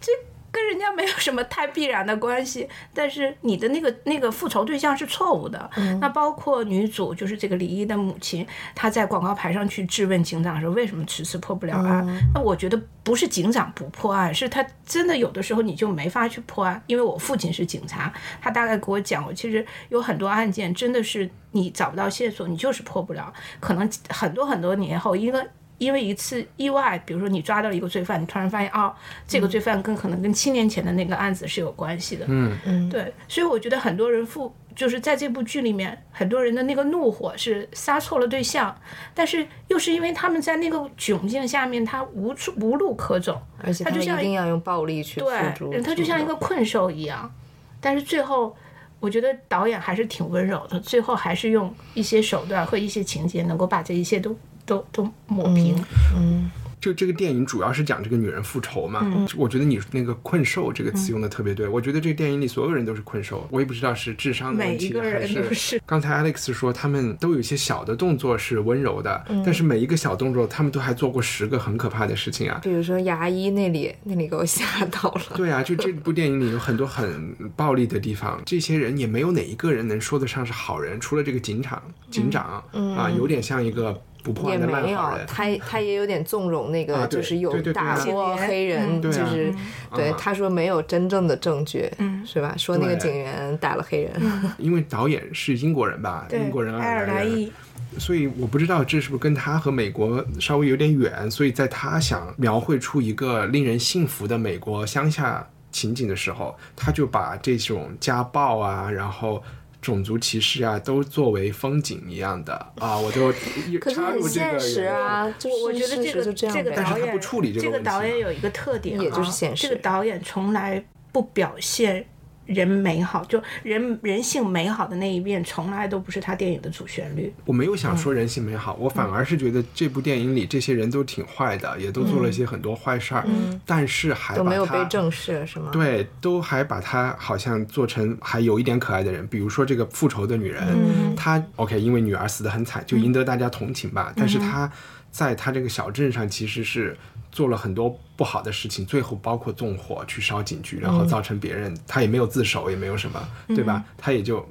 这跟人家没有什么太必然的关系，但是你的那个那个复仇对象是错误的。那包括女主就是这个李一的母亲，她在广告牌上去质问警长说为什么迟迟破不了案。那我觉得不是警长不破案，是他真的有的时候你就没法去破案。因为我父亲是警察，他大概给我讲过，其实有很多案件真的是你找不到线索，你就是破不了。可能很多很多年后，因为因为一次意外，比如说你抓到了一个罪犯，你突然发现哦，这个罪犯跟可能跟七年前的那个案子是有关系的。嗯嗯，对，所以我觉得很多人负就是在这部剧里面，很多人的那个怒火是杀错了对象，但是又是因为他们在那个窘境下面，他无处无路可走，而且他他就们像一定要用暴力去付诸，对，他就像一个困兽一样。但是最后，我觉得导演还是挺温柔的，最后还是用一些手段和一些情节，能够把这一切都都都抹平。就这个电影主要是讲这个女人复仇嘛，嗯我觉得你那个“困兽”这个词用的特别对。我觉得这个电影里所有人都是困兽，我也不知道是智商的问每一题个人还都是是。刚才 Alex 说他们都有一些小的动作是温柔的，嗯但是每一个小动作他们都还做过十个很可怕的事情啊。比如说牙医那里，那里给我吓到了。对啊，就这部电影里有很多很暴力的地方，这些人也没有哪一个人能说得上是好人，除了这个警长，警长、啊，有点像一个不破嗯也案的烂没有好人，。他他也有点纵容那啊个，对就是有对对对打对过黑人，对就啊是对啊他说没有真正的证据，是吧？说那个对警员打了黑人， <laughs> 因为导演是英国人吧，对英国人、爱尔兰兰人，裔，所以我不知道这是不是跟他和美国稍微有点远，所以在他想描绘出一个令人信服的美国乡下情景的时候，他就把这种家暴啊，然后。种族歧视啊，都作为风景一样的 <laughs> 啊，我就可是插很入这个现实啊，就是我觉得事这实个就这样个呗。但是导他演不处理这这个问题导啊演有一个特点、啊，也就是现实这个导演从来不表现人美好，就人人性美好的那一面，从来都不是他电影的主旋律。我没有想说人性美好，我反而是觉得这部电影里这些人都挺坏的，也都做了一些很多坏事儿，但是还嗯都把没有他被正视，是吗？对，都还把他好像做成还有一点可爱的人，比如说这个复仇的女人，她 OK，因为女儿死得很惨，就赢得大家同情吧。但是她在她这个小镇上其实是做了很多不好的事情，最后包括纵火去烧警局，然后造成别人，她也没有自首，也没有什么，对吧？她也就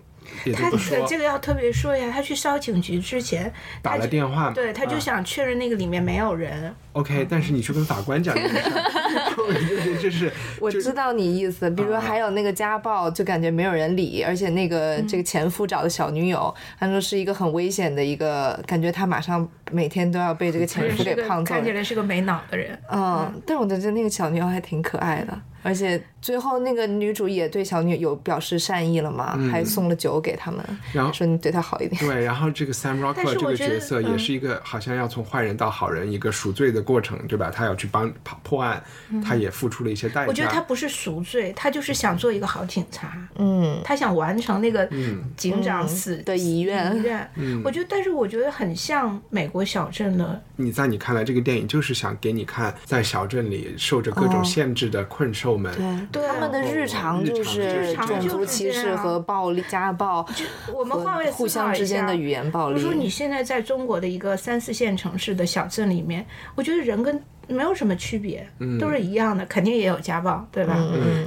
也就他不说这个要特别说一下，他去烧警局之前，打他了就电话嘛，对，他就啊想确认那个里面没有人。 OK，但是你去跟法官讲这个事儿，我觉得这是啊我就知道你意思，比如说还有那个家暴，就感觉没有人理，而且那个这个前夫找的小女友，他说是一个很危险的一个，感觉他马上每天都要被这个他前也夫是给个胖揍看了起。来是个没脑的人，嗯，但我觉得那个小女友还挺可爱的，而且最后那个女主也对小女友表示善意了嘛，还送了酒给他们，然后说你对她好一点。对，然后这个 Sam 但 Rockwell 是这我个觉角得嗯色也是一个好像要从坏人到好人一个赎罪的过程，对吧？他要去帮破破案，他也付出了一些代价。嗯我觉得他不是赎罪，他就是想做一个好警察。嗯，他想完成那个警长死的遗愿遗愿，我觉得，但是我觉得很像美国小镇的，你在你看来，这个电影就是想给你看在小镇里受着各种限制的困兽们，哦对嗯他们的日常就日是常种就是族歧这视样和暴力、家暴，我们换位思考互相之间的语言暴比如说你力。现在在中国的一个三四线城市的小镇里面，我觉得人跟没有什么区别，都是一样的，肯定也有家暴，对吧？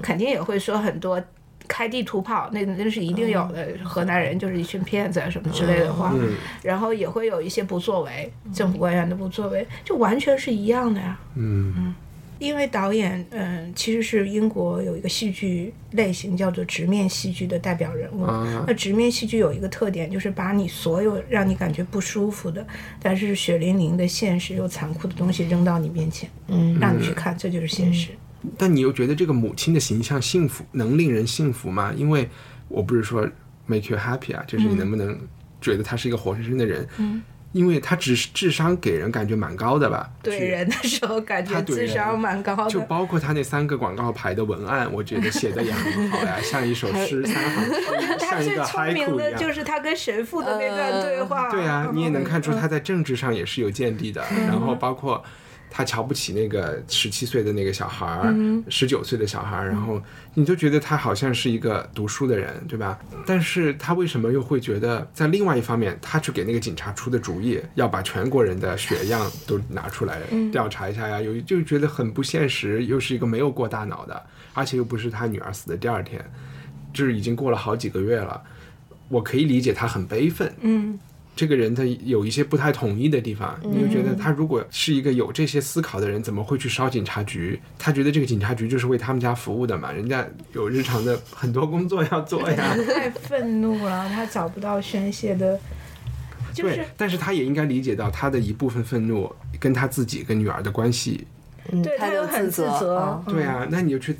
肯定也会说很多。开地图炮，那那是一定有的。河南人就是一群骗子啊什么之类的话，然后也会有一些不作为，政府官员的不作为，就完全是一样的呀、嗯，因为导演，嗯，其实是英国有一个戏剧类型叫做直面戏剧的代表人物。啊那直面戏剧有一个特点，就是把你所有让你感觉不舒服的，但是血淋淋的现实又残酷的东西扔到你面前，嗯，让你去看，这就是现实。嗯但你又觉得这个母亲的形象幸福，能令人幸福吗？因为我不是说 make you happy 啊，嗯就是你能不能觉得她是一个活生生的人？嗯，因为她只是智商给人感觉蛮高的吧？怼去人的时候感他觉怼智商人蛮高就的，包括他那三个广告牌的文案，我觉得写的也很好 <laughs> 呀，像一首诗，三行诗，他像一最个聪明 haiku 的一就样。是他跟神父嗯的那段对话。啊对啊，你也能看出他在政治上也是有见地的，然后包括。他瞧不起那个十七岁的那个小孩儿，十九、岁的小孩儿，然后你就觉得他好像是一个读书的人，对吧？但是他为什么又会觉得在另外一方面，他去给那个警察出的主意，要把全国人的血样都拿出来调查一下呀？有就觉得很不现实，又是一个没有过大脑的，而且又不是他女儿死的第二天，就是已经过了好几个月了。我可以理解他很悲愤，嗯，这个人他有一些不太统一的地方，你就觉得他如果是一个有这些思考的人，怎么会去烧警察局？他觉得这个警察局就是为他们家服务的嘛，人家有日常的很多工作要做呀。太愤怒了，他找不到宣泄的， <laughs> 就是对，但是他也应该理解到他的一部分愤怒跟他自己跟女儿的关系。嗯对他又就很自责，责嗯，对啊，那你就去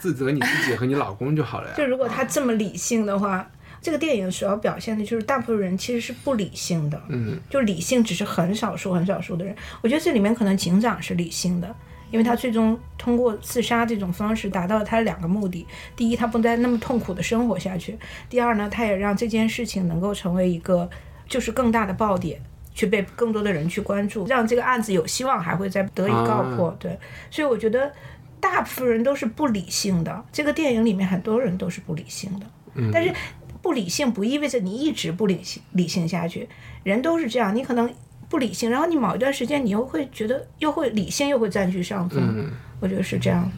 自责你自己和你老公就 <laughs> 好了呀。就如果他这么理性的话，这个电影主要表现的就是大部分人其实是不理性的，嗯，就理性只是很少数很少数的人。我觉得这里面可能警长是理性的，因为他最终通过自杀这种方式达到了他的两个目的：第一，他不再那么痛苦的生活下去；第二呢，他也让这件事情能够成为一个就是更大的爆点。去被更多的人去关注，让这个案子有希望还会再得以告破。对，所以我觉得大部分人都是不理性的。这个电影里面很多人都是不理性的，但是不理性不意味着你一直不理性理性下去，人都是这样，你可能不理性，然后你某一段时间你又会觉得又会理性又会占据上风，嗯我觉得是这样。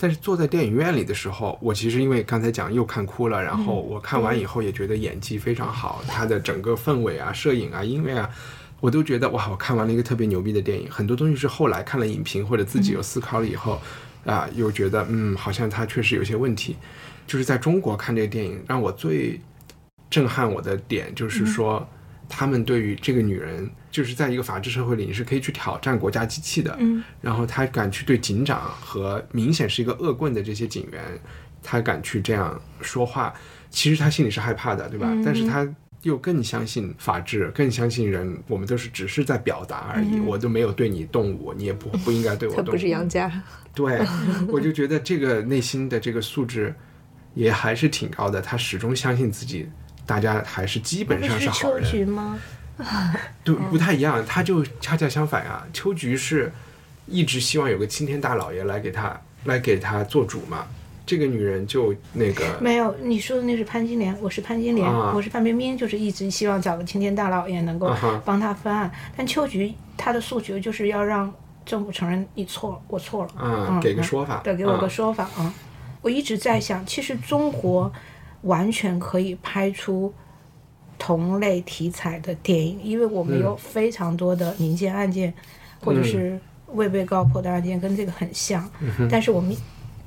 但是坐在电影院里的时候，我其实因为刚才讲又看哭了，然后我看完以后也觉得演技非常好，它的整个氛围啊、摄影啊、音乐啊，我都觉得哇，我看完了一个特别牛逼的电影。很多东西是后来看了影评或者自己有思考了以后，啊、又觉得嗯，好像它确实有些问题。就是在中国看这个电影，让我最震撼我的点嗯就是说。他们对于这个女人，就是在一个法治社会里，你是可以去挑战国家机器的。嗯，然后他敢去对警长和明显是一个恶棍的这些警员，他敢去这样说话，其实他心里是害怕的，对吧？但嗯是他又更相信法治，更相信人，我们都是只是在表达而已，我都没有对你动武，你也不不应该对我他动武。嗯不是杨家， <laughs> 对，我就觉得这个内心的这个素质也还是挺高的，他始终相信自己，大家还是基本不上是好秋人。菊嗯吗？对，不太一样，他就恰恰相反啊。秋菊是一直希望有个青天大老爷来给他来给他做主嘛。这个女人就那个，没有，你说的那是潘金莲，我是潘金莲，啊我是范冰冰，就是一直希望找个青天大老爷能够啊哈帮他翻案。但秋菊她的诉求就是要让政府承认你错了，我错了，啊嗯，给个嗯说法对，给我啊个说法啊、嗯我一直在想，其实中国完全可以拍出。同类题材的电影，因为我们嗯有非常多的民间案件，或者是未被告破的案件，跟这个很像，嗯但是我们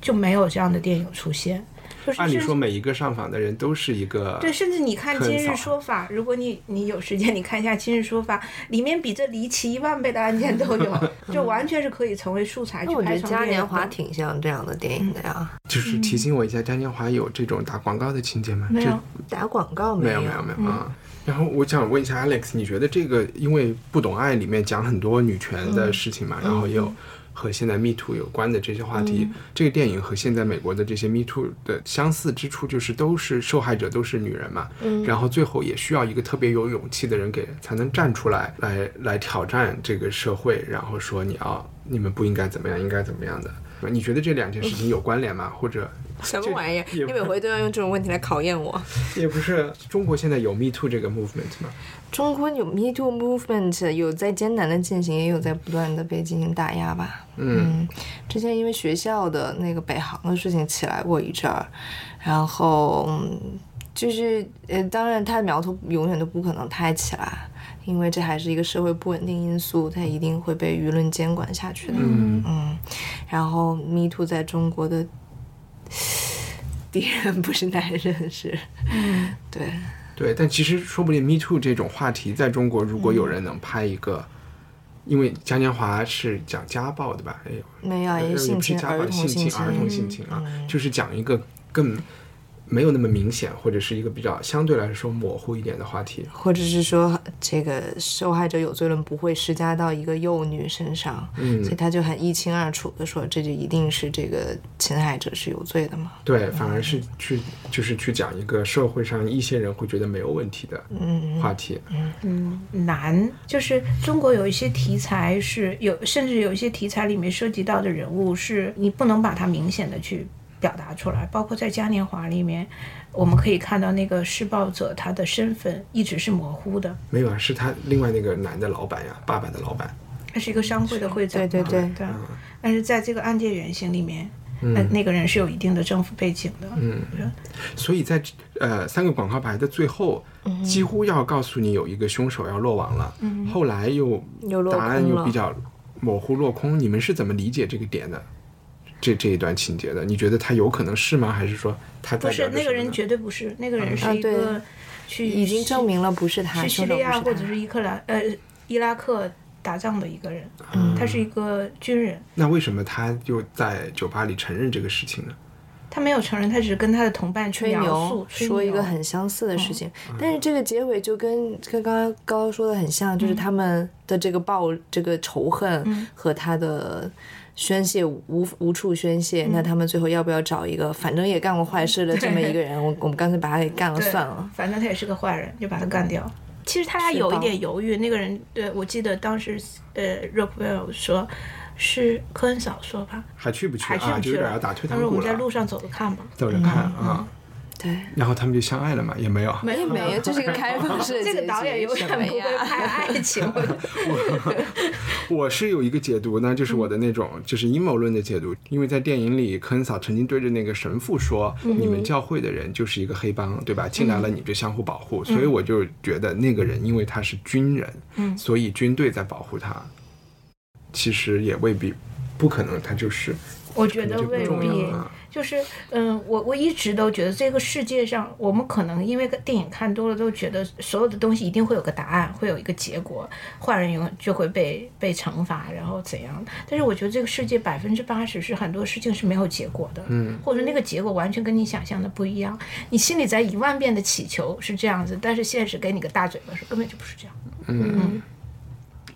就没有这样的电影出现。就是按理甚至说每一个上访的人都是一个对，甚至你看《很今少日说法》，如果你你有时间，你看一下《今日说法》，里面比这离奇一万倍的案件都有，就完全是可以成为素材那去我觉拍得成嘉电年影华的挺像这样的电影的呀，就是提醒我一下，嘉年华有这种打广告的情节吗？嗯没这有打广告没有？有没有没有啊。然后我想问一下 Alex，你觉得这个因为《不懂爱》里面讲很多女权的事情嘛，然后也有和现在 Me Too 有关的这些话题，这个电影和现在美国的这些 Me Too 的相似之处就是都是受害者都是女人嘛，然后最后也需要一个特别有勇气的人给才能站出来，来来挑战这个社会，然后说你要你们不应该怎么样，应该怎么样的。你觉得这两件事情有关联吗？或者什么玩意儿？也你每回都要用这种问题来考验我。也不是中国现在有 Me Too 这个 movement 吗？中国有 Me Too movement，有在艰难的进行，也有在不断的被进行打压吧。嗯，之前因为学校的那个北航的事情起来过一阵儿，然后嗯就是呃，当然它的苗头永远都不可能太起来，因为这还是一个社会不稳定因素，它一定会被舆论监管下去的。嗯然后 Me Too 在中国的 <laughs> 敌人不是男人，是，对。对，但其实说不定 Me Too 这种话题在中国，如果嗯有人能拍一个，因为嘉年华是讲家暴的吧？哎呦，没有，呃也也啊是性不是侵嗯家暴，儿童性性侵，儿童性侵啊，就是讲一个更没有那么明显，或者是一个比较相对来说模糊一点的话题。或者是说这个受害者有罪论不会施加到一个幼女身上，嗯，所以他就很一清二楚的说，这就一定是这个侵害者是有罪的嘛。对，反而嗯是去就是去讲一个社会上一些人会觉得没有问题的嗯话题。难，就是中国有一些题材是有，甚至有一些题材里面涉及到的人物是你不能把它明显的去表达出来，包括在嘉年华里面，我们可以看到那个施暴者他的身份一直是模糊的，没有啊，是他另外那个男的老板呀，爸爸的老板。他是一个商会的会长嘛，对对对对嗯啊。但是在这个案件原型里面，那、那个人是有一定的政府背景的，嗯，所以在呃三个广告牌的最后，嗯几乎要告诉你有一个凶手要落网了，后来又又落空答案又了比较模糊落空，你们是怎么理解这个点的？这这一段情节的，你觉得他有可能是吗？还是说他不代表是着那什个么呢人绝对不是，那个人啊是一对个去已经证明了不是他，去凶叙手利不亚或者是是伊克兰呃伊拉克打仗的一个人，嗯他是一个军人，那为什么他又在酒吧里承认这个事情呢？他没有承认，他只是跟他的同伴去吹描述牛，吹说一牛嗯个很相似的事情，但是这个结尾就跟跟刚刚高高说的很像，嗯就是他们的这个暴、这个仇恨和他的宣泄无无处宣泄，嗯那他们最后要不要找一个反正也干过坏事的这么一个人，我我们干脆把他给干了对算了。反正他也是个坏人，就把他干掉。其实他俩是有一吧点犹豫，那个人对我记得当时呃 Rockwell 说。是科恩嫂说吧，还去不去还去啊？不就去有点了？要打退他堂说我鼓们在路了，啊上嗯走着看吧。走着看啊。对，然后他们就相爱了嘛？也没有，没有没有，这是一个 <laughs> 开放式的这个结导演局永远什么不会呀？拍啊爱情，我我是有一个解读呢，就是我的那种就是阴谋论的解读，因为在电影里，科恩嫂曾经对着那个神父说：“你们教会的人就是一个黑帮，对吧？进来了你就相互保护。所以我就觉得那个人因为他是军人，所以军队在保护他，其实也未必，不可能他就是。我觉得就不未重必要啊，就是嗯，我我一直都觉得这个世界上，我们可能因为个电影看多了，都觉得所有的东西一定会有个答案，会有一个结果，坏人永远就会被被惩罚，然后怎样？但是我觉得这个世界百分之八十是很多事情是没有结果的，嗯，或者那个结果完全跟你想象的不一样。你心里在一万遍的祈求是这样子，但是现实给你个大嘴巴说根本就不是这样。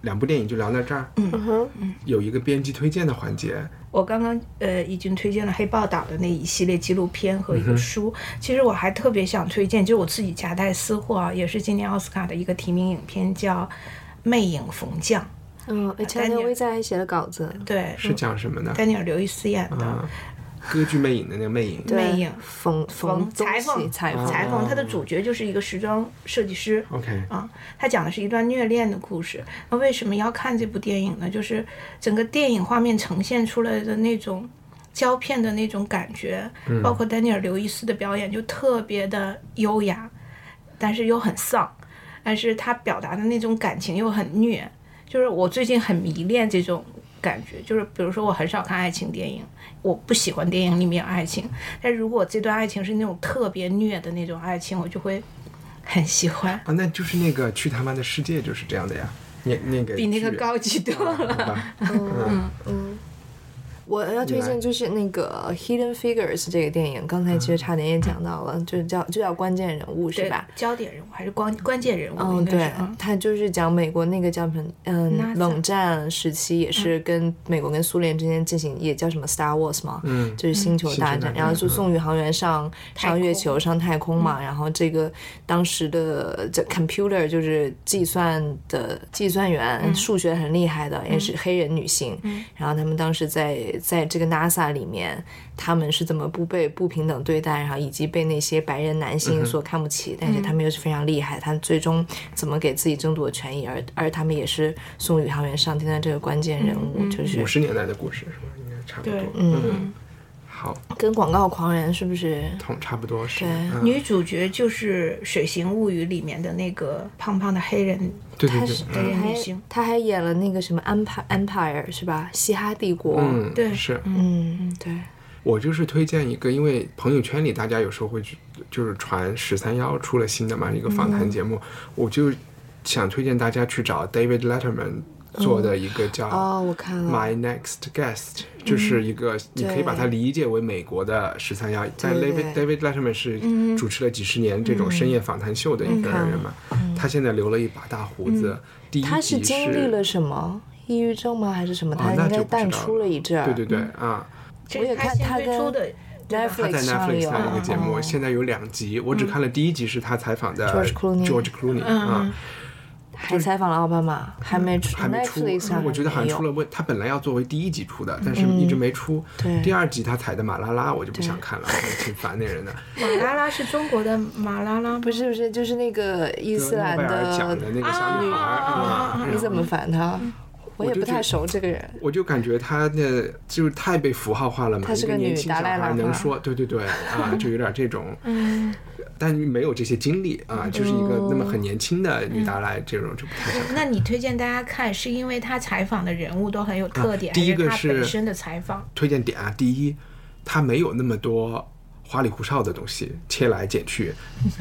两部电影就聊到这儿。嗯哼，有一个编辑推荐的环节，我刚刚呃已经推荐了黑豹岛的那一系列纪录片和一嗯个书，其实我还特别想推荐，就是我自己夹带私货啊，也是今年奥斯卡的一个提名影片，叫《魅影缝匠 <laughs> <laughs> 嗯，而且丹那尼尔薇在还写了稿子，》，对，嗯是讲什么呢？丹尼尔·刘易斯演的。啊，歌剧魅影的那个魅影。对魅影缝缝缝东裁缝西，嗯裁缝裁缝，他的主角就是一个时装设计师。 OK，啊，他讲的是一段虐恋的故事。那为什么要看这部电影呢？就是整个电影画面呈现出来的那种胶片的那种感觉，嗯包括丹尼尔·刘易斯的表演就特别的优雅，但是又很丧，但是他表达的那种感情又很虐。就是我最近很迷恋这种感觉，就是比如说我很少看爱情电影，我不喜欢电影里面有爱情，但如果这段爱情是那种特别虐的那种爱情，我就会很喜欢。啊，那就是那个《去他妈的世界》就是这样的呀，那那个比那个剧啊高级多好了。吧我要推荐就是那个《Hidden Figures》这个电影，刚才其实差点也讲到了，就叫就叫关键人物嗯是对吧？焦点人物还是关关键人物？哦嗯，应该对是嗯，他就是讲美国那个叫什么，嗯， NASA 嗯冷战时期也是跟美国跟苏联之间进行，也叫什么 Star Wars 嘛，嗯就是星球星球大大战，战然后就送宇航员上嗯太上月空球、上太空嘛，然后这个当时的这 computer 就是计算的计算员，数学很厉害的，也是黑人女性，然后他们当时在在这个 NASA 里面，他们是怎么不被不平等对待，然后以及被那些白人男性所看不起，但是他们又是非常厉害，他们最终怎么给自己争夺权益，而而他们也是送宇航员上天的这个关键人物，就是五十年代的故事是吧？应该差不多对。嗯，好，跟广告狂人是不是？同差不多是。对嗯女主角就是《水形物语》里面的那个胖胖的黑人，对他对是对，他对还女性他还演了那个什么 Empire Empire 是吧？嘻哈帝国。嗯，对是嗯对，我就是推荐一个，因为朋友圈里大家有时候会去就是传十三幺嗯出了新的嘛一个访谈节目，我就想推荐大家去找 David Letterman 做的一个叫哦我看了嗯 My Next Guest，就是一个你可以把它理解为美国的十三幺，但对 David 对嗯 David Letterman 是主持了几十年这种深夜访谈秀的一个人嘛，他现在留了一把大胡子。第一嗯他是集经历了什么？抑郁症吗？还是什么？啊他那应就该不知淡道出了一阵儿。对嗯对对啊，这我也是看先他推跟出的对吧 Netflix 他在上 Netflix 有上有一个节目，现在有两集，我只看了第一集，是他采访的 George Clooney George Clooney 啊，还采访了奥巴马，还没出嗯还没出 Netflix 上，我觉得好像出了。了问，他本来要作为第一集出的，但是一直没出。对第二集他采的马拉拉，我就不想看了，我挺烦那人的。马拉拉是中国的马拉拉吗，不是不是，就是那个伊斯兰诺贝尔奖的的，那个小女孩儿啊， <laughs> 你怎么烦他？我也就不觉太得熟这个人。我就感觉他的就是太被符号化了嘛，她是一个个年女轻达小赖孩喇能嘛说，对对对，啊，就有点这种，但没有这些经历啊，就是一个那么很年轻的女达赖，这种就不太想看。那你推荐大家看，是因为他采访的人物都很有特点，啊第一个还是是他本身的采访？推荐点啊，第一，它没有那么多花里胡哨的东西，切来剪 <laughs> 去，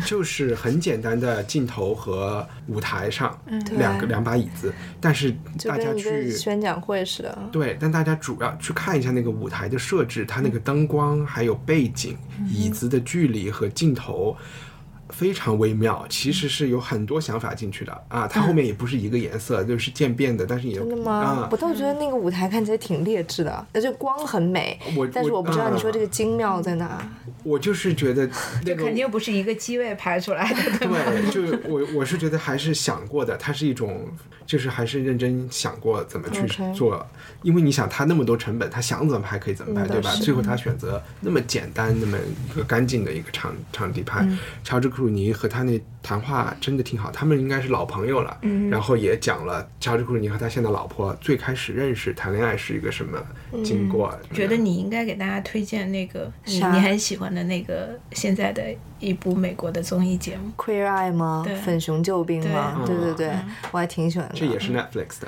就是很简单的镜头和舞台上两个两把椅子，但是嗯就大家跟一个去宣讲会似的，对，但大家主要去看一下那个舞台的设置，它嗯那个灯光、还有背景、椅子的距离和镜头。非常微妙，其实是有很多想法进去的啊。它后面也不是一个颜色，就是渐变的，但是也嗯真的啊吗？我倒觉得那个舞台看起来挺劣质的，而且光很美我，但是我我不知道你啊说这个精妙在哪。我就是觉 <laughs> 得那个肯定不是一个机位排出来的，对吧？对，就是我我是觉得还是想过的，它是一种，就是还是认真想过怎么去 OK 做因为你想他那么多成本，他想怎么拍可以怎么拍，嗯对吧？是最后他选择那么简单、那么一个干净的一个场场地拍。嗯乔治克鲁尼和他那谈话真的挺好，他们应该是老朋友了，嗯然后也讲了乔治克鲁尼和他现在老婆最开始认识谈恋爱是一个什么嗯经过。觉得你应该给大家推荐那个你啥你很喜欢的那个现在的一部美国的综艺节目， Queer Eye 吗对？粉熊救兵吗？对对对对，我还挺喜欢的。嗯这也是 Netflix 的，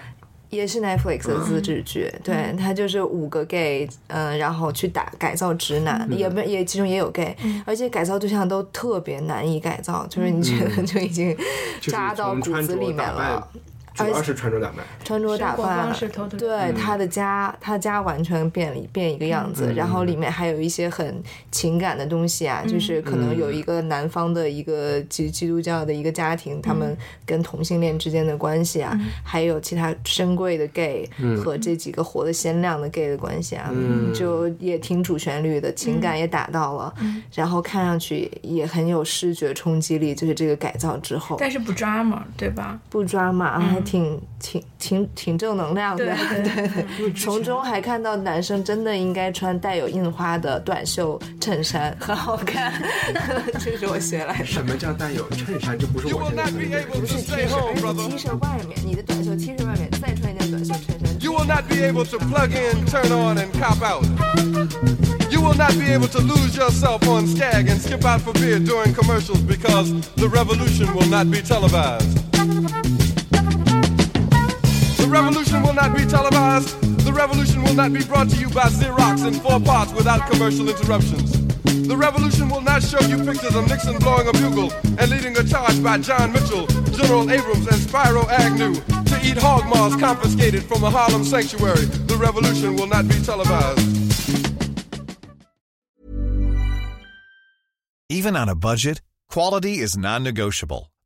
也是 Netflix 的自制剧，对，它就是五个 gay，嗯、然后去打改造直男，嗯也不也其中也有 gay，、而且改造对象都特别难以改造，就是你觉得就已经嗯就是扎到从骨穿子里着面打扮了。，主要是穿着打扮。穿着打生活扮方式偷偷，对他的家，他家完全变了变一个样子，然后里面还有一些很情感的东西嗯啊，就是可能有一个南方的一个基基督教的一个家庭，他们跟同性恋之间的关系嗯啊，还有其他深贵的 gay 和这几个活得鲜亮的 gay 的关系啊，就也挺主旋律的，嗯情感也打到了，然后看上去也很有视觉冲击力，就是这个改造之后，但是不 drama，对吧？不抓马，还挺挺挺挺正能量的，嗯对 <laughs> 对从中还看到男生真的应该穿带有印花的短袖衬衫，很好看， <laughs> 这是我学 <laughs> 来的。什么叫带有衬衫？这不是我现在穿的。不是 T 恤，而是 T 恤外面，你的短袖 T 恤外面再穿一件短袖衬衫。 You will not be able to plug in, turn on, and cop out. You will not be able to lose yourself on Skag and skip out for beer during commercials because the revolution will not be televised. The revolution will not be televised. The revolution will not be brought to you by Xerox in four parts without commercial interruptions. The revolution will not show you pictures of Nixon blowing a bugle and leading a charge by John Mitchell, General Abrams, and Spyro Agnew to eat hog maws confiscated from a Harlem sanctuary. The revolution will not be televised. Even on a budget, quality is non-negotiable.